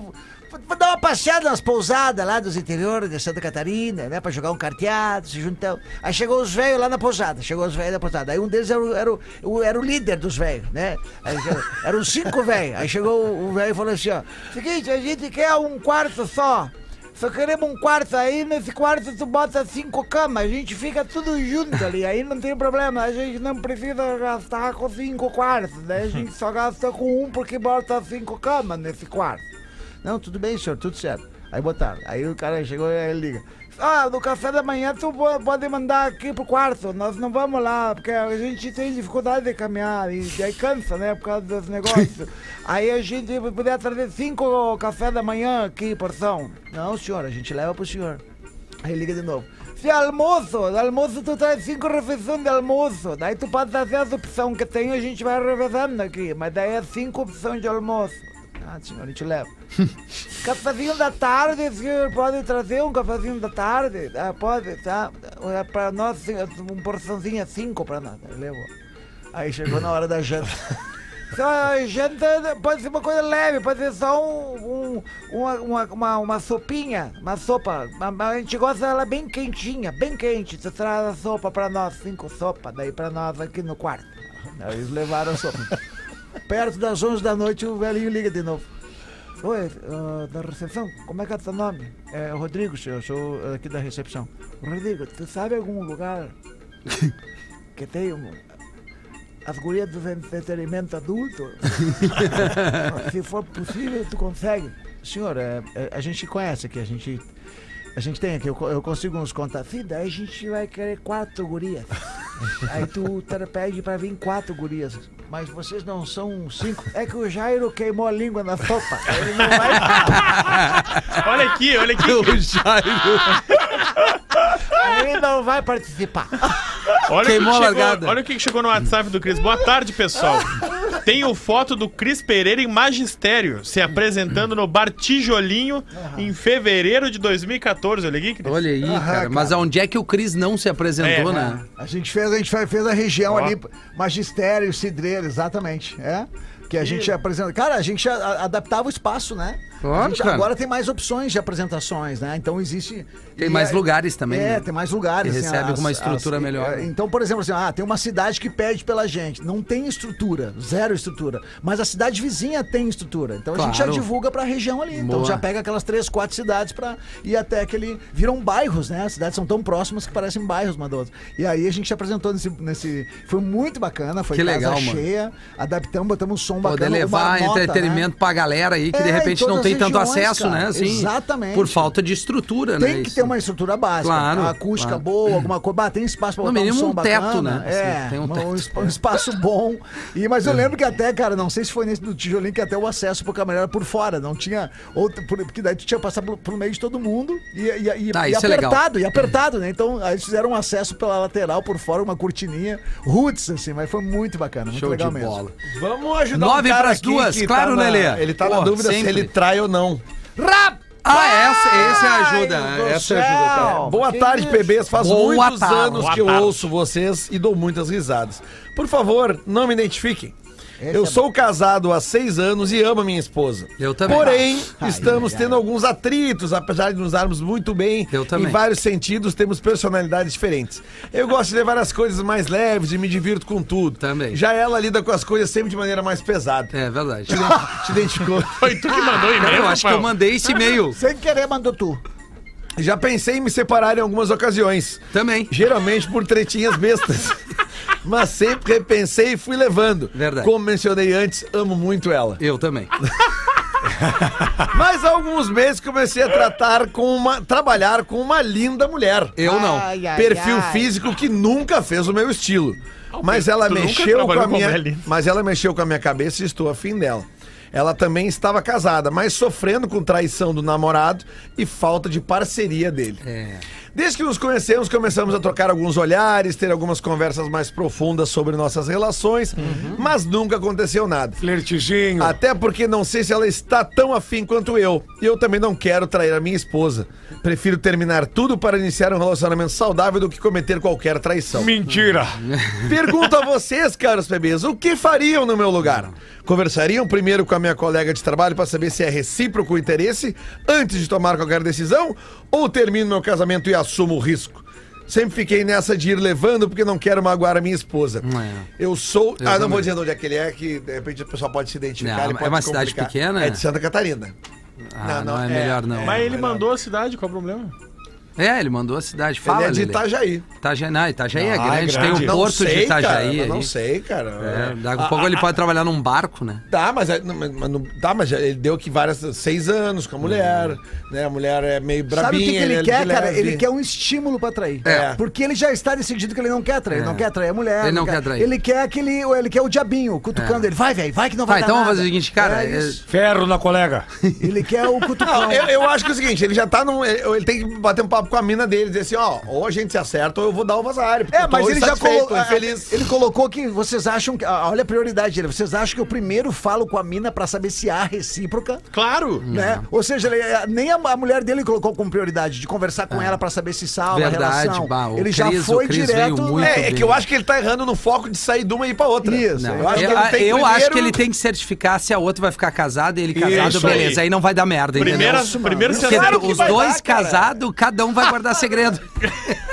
Speaker 9: pra dar uma passeada nas pousadas lá dos interiores de Santa Catarina, né, pra jogar um carteado, se juntaram. Aí chegou os velhos lá na pousada, chegou os velhos da pousada, aí um deles era o, era o, o- era o líder dos velhos, né, Aí chegou- eram cinco velhos, aí chegou o o velho e falou assim, ó, seguinte, a gente quer um quarto só, só queremos um quarto aí, nesse quarto tu bota cinco camas, a gente fica tudo junto ali, aí não tem problema, a gente não precisa gastar com cinco quartos, né? A gente só gasta com um porque bota cinco camas nesse quarto. Não, tudo bem, senhor, tudo certo. Aí botaram. Aí o cara chegou e ele liga. Ah, no café da manhã tu po- pode mandar aqui pro quarto. Nós não vamos lá, porque a gente tem dificuldade de caminhar e aí cansa, né, por causa dos negócios. aí a gente podia trazer cinco café da manhã aqui, porção. Não, senhor, a gente leva pro senhor. Aí liga de novo. Se é almoço, de almoço tu traz cinco refeições de almoço. Daí tu pode fazer as opções que tem, a gente vai revezando aqui. Mas daí é cinco opções de almoço. Ah, senhor, a gente leva. Cafezinho da tarde, senhor, pode trazer um cafezinho da tarde? Ah, pode, tá? É Pra nós, sim, um porçãozinho é cinco pra nós. Eu levo. Aí chegou na hora da janta. Só janta pode ser uma coisa leve, pode ser só um, um- uma, uma, uma, uma sopinha, uma sopa. Mas mas a gente gosta dela bem quentinha, bem quente. Você traz a sopa pra nós, cinco sopas, daí pra nós aqui no quarto. Aí eles levaram a sopa. Perto das 11 da noite, o velhinho liga de novo. Oi, ah, da recepção, como é que é teu nome? É Rodrigo, senhor, sou aqui da recepção. Rodrigo, tu sabe algum lugar que tem um, as gurias do entretenimento adulto? Se for possível, tu consegue. Senhor, é, é, a gente conhece aqui, a gente, a gente tem aqui, eu, co- eu consigo uns contatos. Sim, daí a gente vai querer quatro gurias. Aí tu tra- pede pra vir quatro gurias. Mas vocês não são cinco. É que o Jairo queimou a língua na sopa. Ele não vai
Speaker 5: Olha aqui, olha aqui.
Speaker 4: O Jairo
Speaker 9: Ele não vai participar.
Speaker 5: Olha o
Speaker 4: Queimou
Speaker 5: que
Speaker 4: a
Speaker 5: chegou-
Speaker 4: largada.
Speaker 5: olha o que chegou no WhatsApp do Cris. Boa tarde, pessoal. Tenho foto do Cris Pereira em magistério, se apresentando no Bar Tijolinho em fevereiro de 2014. Olha aqui, Cris.
Speaker 4: Olha aí, cara. Mas aonde é que o Cris não se apresentou,
Speaker 5: É,
Speaker 4: né?
Speaker 3: A gente fez, a gente fe- fez a região
Speaker 5: Ó.
Speaker 3: ali, magistério, cidreiro, exatamente. É. Que a gente apresenta. Cara, a gente a- a- adaptava o espaço, né?
Speaker 4: Claro,
Speaker 3: A gente-
Speaker 4: cara.
Speaker 3: Agora tem mais opções de apresentações, né? Então existe.
Speaker 4: Tem
Speaker 3: e
Speaker 4: mais
Speaker 3: é-
Speaker 4: lugares também,
Speaker 3: É,
Speaker 4: né?
Speaker 3: tem mais lugares.
Speaker 4: E recebe com uma estrutura melhor.
Speaker 3: é, Então, por exemplo, assim, ah, tem uma cidade que pede pela gente. Não tem estrutura, zero estrutura. Mas a cidade vizinha tem estrutura. Então a gente já
Speaker 4: Claro.
Speaker 3: divulga pra região ali. Então
Speaker 4: Boa.
Speaker 3: já pega aquelas três, quatro cidades pra ir até aquele. Viram bairros, né? As cidades são tão próximas que parecem bairros uma da outra. E aí a gente se apresentou nesse. nesse foi muito bacana, foi
Speaker 4: Que
Speaker 3: casa
Speaker 4: legal, mano.
Speaker 3: cheia, adaptamos, botamos um som
Speaker 4: Poder
Speaker 3: bacana. uma
Speaker 4: levar
Speaker 3: nota,
Speaker 4: entretenimento
Speaker 3: né?
Speaker 4: pra galera aí que
Speaker 3: É,
Speaker 4: de
Speaker 3: em
Speaker 4: repente não
Speaker 3: todas
Speaker 4: tem
Speaker 3: as
Speaker 4: tanto
Speaker 3: regiões,
Speaker 4: acesso,
Speaker 3: cara.
Speaker 4: né? Assim,
Speaker 3: Exatamente.
Speaker 4: Por falta de estrutura, né?
Speaker 3: Tem que
Speaker 4: Isso.
Speaker 3: ter uma estrutura básica,
Speaker 4: Claro,
Speaker 3: uma acústica
Speaker 4: claro.
Speaker 3: boa, alguma coisa. Ah, tem espaço pra
Speaker 4: No
Speaker 3: botar um
Speaker 4: mínimo
Speaker 3: som
Speaker 4: um teto,
Speaker 3: bacana.
Speaker 4: né?
Speaker 3: É,
Speaker 4: Assim, tem um
Speaker 3: um,
Speaker 4: teto. É.
Speaker 3: espa- um espaço bom. E, mas eu lembro que até, cara, não sei se foi nesse do tijolinho que até o acesso pro camarim era por fora. Não tinha. Outro, por- porque daí tu tinha que passar por- pelo meio de todo mundo e, e, e,
Speaker 4: Ah,
Speaker 3: e
Speaker 4: isso é legal.
Speaker 3: apertado, e apertado, né? Então aí eles fizeram um acesso pela lateral, por fora, uma cortininha. Roots, assim, mas foi muito bacana, muito
Speaker 4: Show
Speaker 3: legal
Speaker 4: de
Speaker 3: mesmo.
Speaker 4: bola.
Speaker 8: Vamos ajudar um
Speaker 4: Nove pras duas, claro,
Speaker 8: tá na-
Speaker 4: Lelê.
Speaker 8: Ele tá na
Speaker 4: Porra,
Speaker 8: dúvida se
Speaker 4: sempre.
Speaker 8: ele trai ou não.
Speaker 4: Ah, essa, essa ajuda.
Speaker 9: meu Deus
Speaker 4: Essa
Speaker 9: do
Speaker 4: ajuda. tá?
Speaker 9: céu.
Speaker 8: Boa
Speaker 9: Que
Speaker 8: tarde,
Speaker 9: isso?
Speaker 8: bebês. Faz
Speaker 4: Boa
Speaker 8: muitos
Speaker 4: tarde.
Speaker 8: anos
Speaker 5: Boa
Speaker 8: que eu
Speaker 5: tarde.
Speaker 8: ouço vocês e dou muitas risadas. Por favor, não me identifiquem.
Speaker 5: é
Speaker 8: eu sou casado há seis anos e amo a minha esposa.
Speaker 4: Eu também.
Speaker 8: Porém, estamos tendo alguns atritos, apesar de nos darmos muito bem.
Speaker 4: Eu também.
Speaker 8: Em vários sentidos, temos personalidades diferentes. Eu gosto de levar as coisas mais leves e me divirto com tudo.
Speaker 4: Também.
Speaker 8: Já ela lida com as coisas sempre de maneira mais pesada.
Speaker 4: É verdade.
Speaker 8: Te identificou?
Speaker 5: Foi tu que mandou o
Speaker 4: Cara,
Speaker 5: e-mail,
Speaker 4: eu acho que eu
Speaker 5: Rafael?
Speaker 4: mandei esse e-mail.
Speaker 9: Sem querer, mandou tu.
Speaker 8: Já pensei em me separar em algumas ocasiões.
Speaker 4: Também.
Speaker 8: Geralmente por tretinhas bestas. Mas sempre repensei e fui levando.
Speaker 4: Verdade.
Speaker 8: Como mencionei antes, amo muito ela.
Speaker 4: Eu também.
Speaker 8: Mas há alguns meses comecei a tratar com uma. trabalhar com uma linda mulher.
Speaker 4: Eu não.
Speaker 12: Ai, ai,
Speaker 8: Perfil
Speaker 12: ai.
Speaker 8: físico que nunca fez o meu estilo. Mas ela
Speaker 5: tu nunca
Speaker 8: mexeu com
Speaker 5: trabalhou
Speaker 8: a
Speaker 5: com
Speaker 8: minha.
Speaker 5: mulher linda.
Speaker 8: Mas ela mexeu com a minha cabeça e estou afim dela. Ela também estava casada, mas sofrendo com traição do namorado e falta de parceria dele.
Speaker 4: É.
Speaker 8: Desde que nos conhecemos, começamos a trocar alguns olhares, ter algumas conversas mais profundas sobre nossas relações,
Speaker 12: Uhum.
Speaker 8: mas nunca aconteceu nada.
Speaker 10: Flertezinho.
Speaker 8: Até porque não sei se ela está tão afim quanto eu. E eu também não quero trair a minha esposa. Prefiro terminar tudo para iniciar um relacionamento saudável do que cometer qualquer traição.
Speaker 10: Mentira.
Speaker 8: Pergunto a vocês, caros bebês, o que fariam no meu lugar? Conversariam primeiro com a minha colega de trabalho para saber se é recíproco o interesse antes de tomar qualquer decisão? Ou termino meu casamento e assumo o risco? Sempre fiquei nessa de ir levando porque não quero magoar a minha esposa.
Speaker 4: É.
Speaker 8: Eu sou. ah, não
Speaker 4: também.
Speaker 8: vou dizer de onde é que ele é, que de repente o pessoal pode se identificar.
Speaker 4: Não,
Speaker 8: ele
Speaker 4: é
Speaker 8: pode
Speaker 4: uma
Speaker 8: se
Speaker 4: cidade
Speaker 8: complicar.
Speaker 4: pequena?
Speaker 8: É de Santa Catarina.
Speaker 4: Ah, não,
Speaker 8: Não, não,
Speaker 4: é,
Speaker 8: é,
Speaker 4: melhor não.
Speaker 5: Mas ele mandou a cidade, qual é o problema?
Speaker 4: É, ele mandou a cidade. Fala,
Speaker 8: ele é de
Speaker 4: Lelê.
Speaker 8: Itajaí.
Speaker 4: Itajaí. Não, Itajaí é
Speaker 10: Ah, é
Speaker 4: grande. Tem
Speaker 10: grande.
Speaker 4: o porto de
Speaker 8: cara,
Speaker 4: Itajaí.
Speaker 8: mas não
Speaker 4: aí.
Speaker 8: sei, cara.
Speaker 4: É, daqui a pouco ele pode trabalhar num barco, né?
Speaker 8: Tá, mas, é- não, mas- mas não- tá, mas já- ele deu aqui várias. seis anos com a mulher, né? A mulher é meio brabinha.
Speaker 9: Sabe o que, que ele
Speaker 8: é
Speaker 9: quer,
Speaker 8: leve.
Speaker 9: cara? Ele quer um estímulo pra trair.
Speaker 8: É.
Speaker 9: Porque ele já está decidido que ele não quer trair.
Speaker 4: É.
Speaker 9: Não quer trair a mulher.
Speaker 4: Ele não quer trair.
Speaker 9: Ele quer aquele. Ele quer o diabinho cutucando ele. Vai, velho, vai que não
Speaker 4: Tá,
Speaker 9: vai
Speaker 4: então
Speaker 9: dar
Speaker 4: vamos fazer o
Speaker 9: nada.
Speaker 4: seguinte, cara.
Speaker 9: É
Speaker 4: é-
Speaker 9: isso.
Speaker 10: Ferro na colega.
Speaker 9: Ele quer o cutucão.
Speaker 8: Não, eu, eu acho que é o seguinte, ele já tá num. Ele, ele tem que bater um papo com a mina dele, dizer assim, ó, ou a gente se acerta ou eu vou dar o vazar.
Speaker 9: É, mas ele já colocou. é,
Speaker 8: infeliz.
Speaker 9: Ele colocou que vocês acham que. ah, Olha a prioridade dele. Vocês acham que eu primeiro falo com a mina pra saber se há recíproca,
Speaker 5: Claro!
Speaker 9: né?
Speaker 4: Uhum.
Speaker 9: Ou seja, ele- eh, nem a, a mulher dele colocou como prioridade de conversar com ela pra saber se salva a
Speaker 4: É. Verdade,
Speaker 9: relação.
Speaker 4: bah, o
Speaker 9: ele já
Speaker 4: Cris- o
Speaker 9: foi
Speaker 4: Cris veio
Speaker 9: direto.
Speaker 4: muito
Speaker 8: É, é
Speaker 4: bem.
Speaker 8: que eu acho que ele tá errando no foco de sair de uma e ir pra outra.
Speaker 9: Isso.
Speaker 4: Não,
Speaker 9: Eu acho
Speaker 4: eu,
Speaker 8: que ele tem
Speaker 4: É, eu
Speaker 8: primeiro-
Speaker 4: acho que ele tem que certificar se a outra vai ficar casada, ele casado,
Speaker 5: Isso aí.
Speaker 4: beleza. Aí. não vai dar merda, entendeu?
Speaker 5: Primeira, primeiro
Speaker 4: Porque
Speaker 5: cenário
Speaker 4: os dois casados, cada um vai guardar segredo.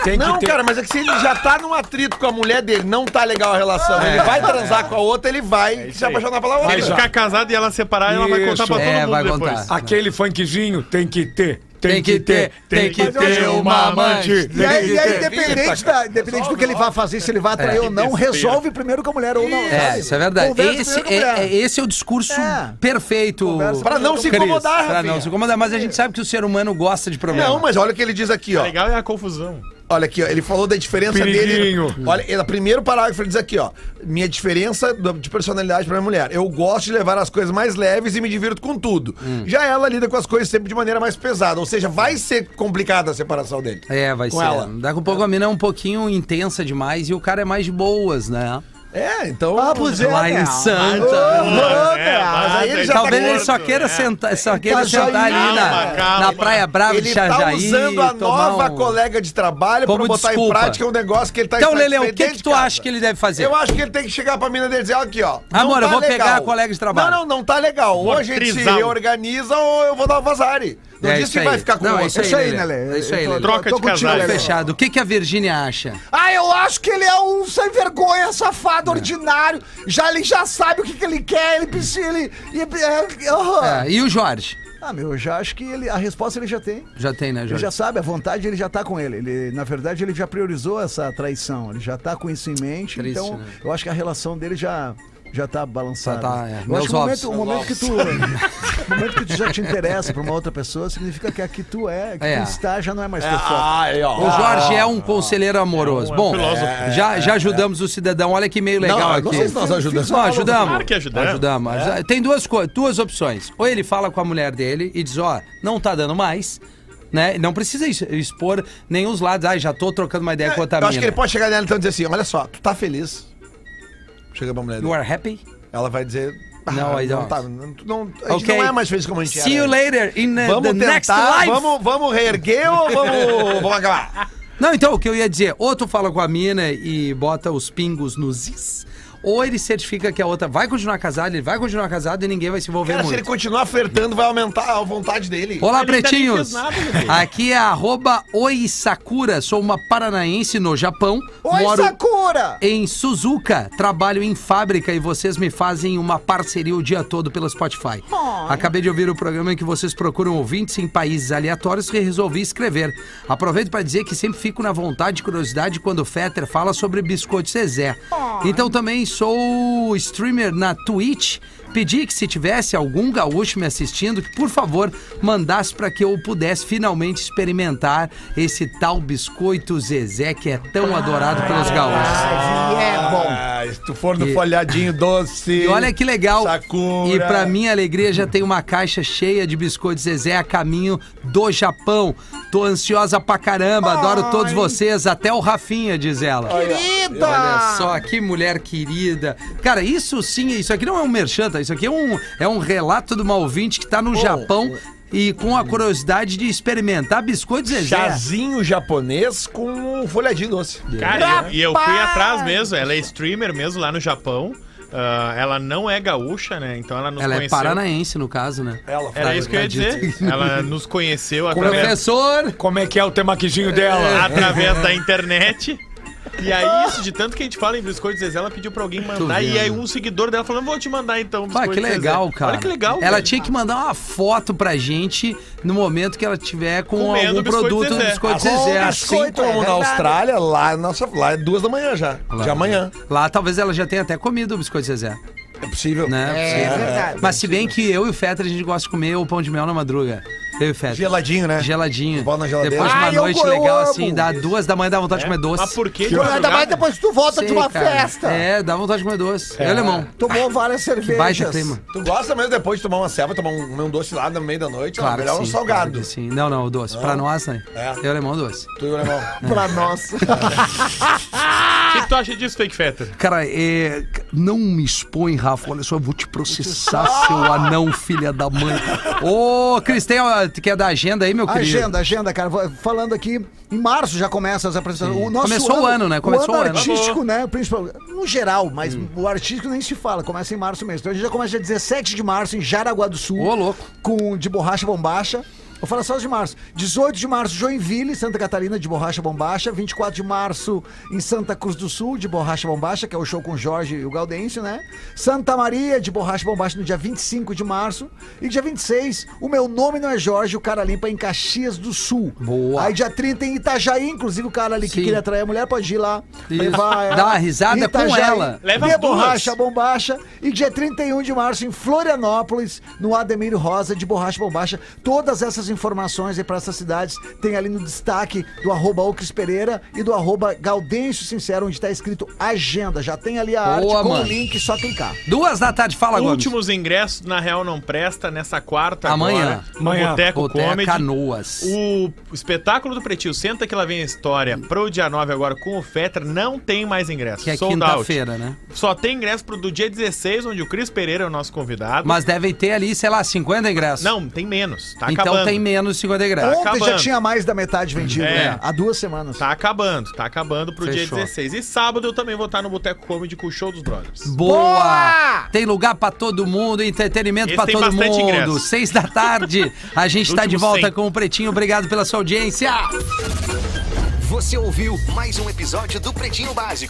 Speaker 10: Tem
Speaker 8: Não,
Speaker 10: que ter.
Speaker 8: cara, mas é que se ele já tá num atrito com a mulher dele, não tá legal a relação,
Speaker 4: É.
Speaker 8: ele vai transar com a outra, ele vai se apaixonar pela
Speaker 5: Se
Speaker 8: outra.
Speaker 5: ele ficar casado e ela separar, ela vai contar pra
Speaker 10: Isso.
Speaker 5: todo
Speaker 4: É,
Speaker 5: mundo
Speaker 4: vai
Speaker 5: depois.
Speaker 4: contar.
Speaker 10: Aquele funkzinho tem que ter. Tem,
Speaker 4: Tem
Speaker 10: que,
Speaker 4: que
Speaker 10: ter,
Speaker 4: ter,
Speaker 10: Tem que ter uma amante.
Speaker 9: E aí, e aí,
Speaker 8: Evita,
Speaker 9: independente, da- independente do que ele vai fazer, se ele vai atrair
Speaker 4: tá, É.
Speaker 9: ou não, resolve primeiro com a mulher ou não.
Speaker 4: É,
Speaker 9: sabe?
Speaker 4: isso é verdade.
Speaker 9: Conversa
Speaker 4: Esse
Speaker 9: primeiro com a
Speaker 4: é,
Speaker 9: mulher.
Speaker 4: é- esse é o discurso
Speaker 9: É.
Speaker 4: perfeito.
Speaker 9: Conversa
Speaker 8: Pra não se
Speaker 4: Cris,
Speaker 8: incomodar,
Speaker 4: pra não
Speaker 8: Rafinha.
Speaker 4: se incomodar, mas a gente sabe que o ser humano gosta de problema.
Speaker 8: Não, mas olha o que ele diz aqui, ó.
Speaker 5: Legal é a confusão.
Speaker 8: Olha aqui, ó, ele falou da diferença
Speaker 10: Periguinho.
Speaker 8: dele. Olha, ele, primeiro parágrafo ele diz aqui, ó. Minha diferença do- de personalidade pra minha mulher. Eu gosto de levar as coisas mais leves e me divirto com tudo. Já ela lida com as coisas sempre de maneira mais pesada. Ou seja, vai ser complicada a separação dele.
Speaker 4: É, vai
Speaker 8: Com
Speaker 4: ser.
Speaker 8: ela.
Speaker 4: Daqui a pouco a mina é um pouquinho intensa demais e o cara é mais de boas, né?
Speaker 8: É, então.
Speaker 9: Vamos, é,
Speaker 4: Lá em
Speaker 9: né?
Speaker 4: Santa.
Speaker 8: Ô,
Speaker 5: É,
Speaker 8: cara,
Speaker 5: mas
Speaker 8: aí ele
Speaker 5: aí
Speaker 8: já tá
Speaker 4: Talvez ele só
Speaker 5: morto,
Speaker 4: queira
Speaker 5: é.
Speaker 4: sentar, só queira
Speaker 9: Itajaí,
Speaker 4: sentar ali na,
Speaker 5: calma, calma.
Speaker 4: na Praia Brava
Speaker 8: Ele
Speaker 4: de
Speaker 8: tá
Speaker 4: Itajaí.
Speaker 8: usando a
Speaker 4: tomar
Speaker 8: nova
Speaker 4: um-
Speaker 8: colega de trabalho pra
Speaker 4: Como
Speaker 8: botar
Speaker 4: desculpa.
Speaker 8: em prática um negócio que ele tá
Speaker 4: Então, Leleu,
Speaker 8: Leleu,
Speaker 4: o que, que tu acha que ele deve fazer?
Speaker 8: Eu acho que ele tem que chegar pra mina dele e dizer, ó, aqui, ó. não tá
Speaker 4: Amor, eu vou pegar a colega de trabalho.
Speaker 8: Não, não, não tá legal. Ou a gente se
Speaker 5: trisal.
Speaker 8: reorganiza ou eu vou dar o vazare. Não
Speaker 4: É
Speaker 8: diz
Speaker 4: isso
Speaker 8: que
Speaker 4: aí.
Speaker 8: vai ficar com
Speaker 4: Não,
Speaker 8: o
Speaker 4: é
Speaker 8: outro.
Speaker 4: isso aí, Lelê. É isso aí,
Speaker 9: Eu tô-
Speaker 4: Lelê.
Speaker 5: Troca
Speaker 9: tô
Speaker 5: de
Speaker 9: contigo,
Speaker 5: casais.
Speaker 9: Lelê.
Speaker 4: Fechado. O que, que a Virgínia acha?
Speaker 9: Ah, eu acho que ele é um sem vergonha,
Speaker 4: É.
Speaker 9: safado, ordinário. Já, ele já sabe o que, que ele quer, ele precisa. Ele, e- é, é, aham.
Speaker 4: É, e o Jorge?
Speaker 9: Ah, meu, eu já acho que ele, a resposta ele já tem.
Speaker 4: Já tem, né,
Speaker 9: Ele
Speaker 4: Jorge?
Speaker 9: já sabe, a vontade ele já tá com ele. ele na verdade, ele já priorizou essa traição. Ele já tá com isso em mente.
Speaker 4: Triste,
Speaker 9: então,
Speaker 4: né?
Speaker 9: eu acho que a relação dele já. Já tá balançada.
Speaker 4: Já tá, é.
Speaker 9: Eu
Speaker 4: Meus
Speaker 9: acho que o
Speaker 4: ovos.
Speaker 9: momento, o momento que tu. o momento que tu já te interessa pra uma outra pessoa, significa que aqui tu é, que
Speaker 4: É.
Speaker 9: tu está, já não é mais teu foco.
Speaker 8: Ah, é aí, ó.
Speaker 4: O Jorge é um conselheiro amoroso. Bom, já, já ajudamos o cidadão. Olha que meio legal
Speaker 8: É, Não,
Speaker 4: aqui.
Speaker 8: não sei se nós ajudamos.
Speaker 4: Não, ajudamos.
Speaker 5: Claro que ajudamos.
Speaker 8: É.
Speaker 4: Ajudamos. ah, Tem duas, co- duas opções. Ou ele fala com a mulher dele e diz, ó, não tá dando mais, né? Não precisa is- expor nem os lados. Ah, já tô trocando uma ideia com outra
Speaker 8: É, Eu acho que ele
Speaker 4: mina.
Speaker 8: pode chegar nela então e dizer assim: olha só, tu tá feliz. Chega pra mulher.
Speaker 4: You
Speaker 8: dele.
Speaker 4: are happy?
Speaker 8: Ela vai dizer.
Speaker 4: Não, aí
Speaker 8: não,
Speaker 4: não.
Speaker 8: tá, não, não, a gente não é mais feliz como a gente
Speaker 4: See
Speaker 8: era.
Speaker 4: you later in uh,
Speaker 8: Vamos
Speaker 4: the next
Speaker 8: tentar,
Speaker 4: life.
Speaker 8: vamos, vamos reerguer ou vamos, vamos acabar?
Speaker 4: Não, então, o que eu ia dizer, ou tu fala com a mina e bota os pingos nos is, ou ele certifica que a outra vai continuar casada, ele vai continuar casado e ninguém vai se envolver
Speaker 8: Cara, se ele
Speaker 4: muito.
Speaker 8: continuar flertando, vai aumentar a vontade dele.
Speaker 4: Olá,
Speaker 5: Ele ainda nem
Speaker 4: pretinhos!
Speaker 5: fez nada, meu filho.
Speaker 4: Aqui é arroba Oi Sakura, sou uma paranaense no Japão.
Speaker 13: Oi,
Speaker 4: moro
Speaker 13: Sakura!
Speaker 4: em Suzuka, trabalho em fábrica e vocês me fazem uma parceria o dia todo pelo Spotify. Acabei de ouvir o programa em que vocês procuram ouvintes em países aleatórios e resolvi escrever. Aproveito para dizer que sempre fico na vontade e curiosidade quando o Fetter fala sobre biscoito Zezé. Então também sou streamer na Twitch. Pedi que se tivesse algum gaúcho me assistindo, que por favor mandasse para que eu pudesse finalmente experimentar esse tal biscoito Zezé que é tão adorado pelos gaúchos.
Speaker 8: é bom. se tu for no
Speaker 4: E-
Speaker 8: folhadinho doce.
Speaker 4: E olha que legal.
Speaker 8: Sakura.
Speaker 4: E pra minha alegria já tem uma caixa cheia de biscoitos Zezé a caminho do Japão. Tô ansiosa pra caramba, adoro todos vocês, até o Rafinha, diz ela.
Speaker 13: Querida!
Speaker 4: Olha só, que mulher querida. Cara, isso sim, isso aqui não é um merchan, tá? Isso aqui é um, é um relato de uma ouvinte que tá no Japão e com a curiosidade de experimentar biscoitos Zezé.
Speaker 8: Chazinho japonês com um folhadinho doce.
Speaker 5: Cara, e e eu fui atrás mesmo. Ela é streamer mesmo lá no Japão. Ah, ela não é gaúcha, né? Então ela nos
Speaker 4: Ela é
Speaker 5: conheceu.
Speaker 4: paranaense, no caso, né?
Speaker 8: Ela
Speaker 5: Era isso que eu ia dizer. Ela nos conheceu através,
Speaker 4: Professor!
Speaker 10: Como é que é o temaquezinho dela?
Speaker 5: através da internet. E aí, isso, de tanto que a gente fala em biscoito Zezé, ela pediu pra alguém mandar. E
Speaker 4: vendo.
Speaker 5: aí, um seguidor dela falou: vou te mandar então. um
Speaker 4: Pá,
Speaker 5: biscoito
Speaker 4: que
Speaker 5: Zezé."
Speaker 4: legal, cara.
Speaker 5: Olha que legal.
Speaker 4: Ela
Speaker 5: velho.
Speaker 4: tinha que mandar uma foto pra gente no momento que ela tiver com
Speaker 5: Comendo
Speaker 4: algum
Speaker 5: biscoito
Speaker 4: produto do
Speaker 5: Zezé.
Speaker 4: biscoito
Speaker 8: Assim,
Speaker 4: Zezé.
Speaker 8: assim
Speaker 13: é
Speaker 8: como na
Speaker 13: verdade.
Speaker 8: Austrália, lá, nossa, lá é duas da manhã já.
Speaker 4: Lá.
Speaker 8: De amanhã.
Speaker 4: Lá talvez ela já tenha até comido o biscoito Zezé,
Speaker 8: É possível.
Speaker 4: né?
Speaker 13: É,
Speaker 4: Possível.
Speaker 13: verdade.
Speaker 4: Mas se bem que eu e o Fetter a gente gosta de comer o pão de mel na madruga. Eu e o Fetter.
Speaker 8: Geladinho, né?
Speaker 4: Geladinho.
Speaker 8: Bota na geladeira.
Speaker 4: Depois de uma
Speaker 13: Ah, eu-
Speaker 4: noite
Speaker 13: eu
Speaker 4: legal,
Speaker 13: amo
Speaker 4: assim, dá duas da manhã, dá vontade de comer doce.
Speaker 5: Mas por que?
Speaker 9: Então,
Speaker 5: de
Speaker 13: Ainda
Speaker 5: madrugada?
Speaker 13: mais depois que tu volta
Speaker 4: Sei,
Speaker 13: de uma
Speaker 4: cara.
Speaker 13: festa.
Speaker 4: É, dá vontade de comer doce. É alemão.
Speaker 13: Tomou várias cervejas.
Speaker 4: Baita clima.
Speaker 8: Tu gosta mesmo depois de tomar uma selva, tomar um, comer um doce lá no meio da noite?
Speaker 4: Claro.
Speaker 8: melhor
Speaker 4: que
Speaker 8: um
Speaker 4: sim,
Speaker 8: salgado.
Speaker 4: claro que sim. Não, não, o doce. Pra nós, né?
Speaker 8: É.
Speaker 4: Eu alemão doce.
Speaker 8: Tu e o alemão.
Speaker 13: Pra nós.
Speaker 5: O que que tu acha disso, Fake Fetter?
Speaker 4: Cara, é... não me expõe, Rafa. Olha só, eu vou te processar, seu anão, filha da mãe. Ô, Cristian, ó, tu quer dar agenda aí, meu querido?
Speaker 9: Agenda, agenda, cara. Vou- Falando aqui, em março já começa as apresentações.
Speaker 4: Sim.
Speaker 9: O nosso
Speaker 4: Começou o ano, né? Começou
Speaker 9: o
Speaker 4: o
Speaker 9: ano.
Speaker 4: ano. Hum.
Speaker 9: artístico, né? Principal, no geral, mas o artístico nem se fala. Começa em março mesmo. Então a gente já começa dia 17 de março em Jaraguá do Sul.
Speaker 4: Ô, louco.
Speaker 9: Com de borracha bombacha. Vou falar só os de março. 18 de março, Joinville, Santa Catarina, de borracha bombacha. 24 de março, em Santa Cruz do Sul, de borracha bombacha, que é o show com o Jorge e o Gaudêncio, né? Santa Maria, de borracha bombacha, no dia 25 de março. E dia 26, o meu nome não é Jorge, o cara limpa em Caxias do Sul.
Speaker 4: Boa.
Speaker 9: Aí dia 30 em Itajaí, inclusive o cara ali que
Speaker 4: Sim.
Speaker 9: queria atrair a mulher pode ir lá.
Speaker 4: Isso.
Speaker 9: Levar ela.
Speaker 4: Dá uma risada com ela.
Speaker 5: Leva
Speaker 9: Leva
Speaker 5: as duas.
Speaker 9: borracha bombacha. E dia 31 de março em Florianópolis, no Ademir Rosa de Borracha Bombacha. Todas essas informações aí para essas cidades tem ali no destaque do arroba Ocris Pereira e do arroba Gaudêncio Sincero, onde tá escrito agenda. Já tem ali a arte
Speaker 4: Boa,
Speaker 9: com
Speaker 4: mano.
Speaker 9: o link, só clicar.
Speaker 4: Duas da tarde, fala agora.
Speaker 5: Últimos ingressos, na real, não presta nessa quarta.
Speaker 4: Amanhã.
Speaker 5: Agora,
Speaker 10: Amanhã.
Speaker 5: No Boteco Comedy.
Speaker 4: Canoas.
Speaker 5: O espetáculo do Pretinho, senta que lá vem a história, pro dia 9 agora com o Fetter, não tem mais ingresso.
Speaker 4: Que é
Speaker 5: Sold out.
Speaker 4: quinta-feira, né?
Speaker 5: Só tem ingresso pro do dia 16, onde o Cris Pereira é o nosso convidado.
Speaker 4: Mas devem ter ali, sei lá, 50 ingressos.
Speaker 5: Não, tem menos. Tá
Speaker 4: então
Speaker 5: acabando.
Speaker 4: tem menos 50 ingressos.
Speaker 9: Ontem já
Speaker 5: Tá acabando.
Speaker 9: tinha mais da metade vendido,
Speaker 5: É.
Speaker 9: né? Há duas semanas.
Speaker 5: Tá acabando, tá acabando pro dia
Speaker 4: Fechou.
Speaker 5: 16. E sábado eu também vou estar no Boteco Comedy com o show dos brothers.
Speaker 4: Boa! Tem lugar pra todo mundo, entretenimento
Speaker 5: Esse
Speaker 4: pra
Speaker 5: tem
Speaker 4: todo
Speaker 5: bastante
Speaker 4: mundo.
Speaker 5: ingresso.
Speaker 4: Seis da tarde, a gente tá de
Speaker 5: Último
Speaker 4: volta
Speaker 5: cem.
Speaker 4: com o Pretinho. Obrigado pela sua audiência.
Speaker 14: Você ouviu mais um episódio do Pretinho Básico.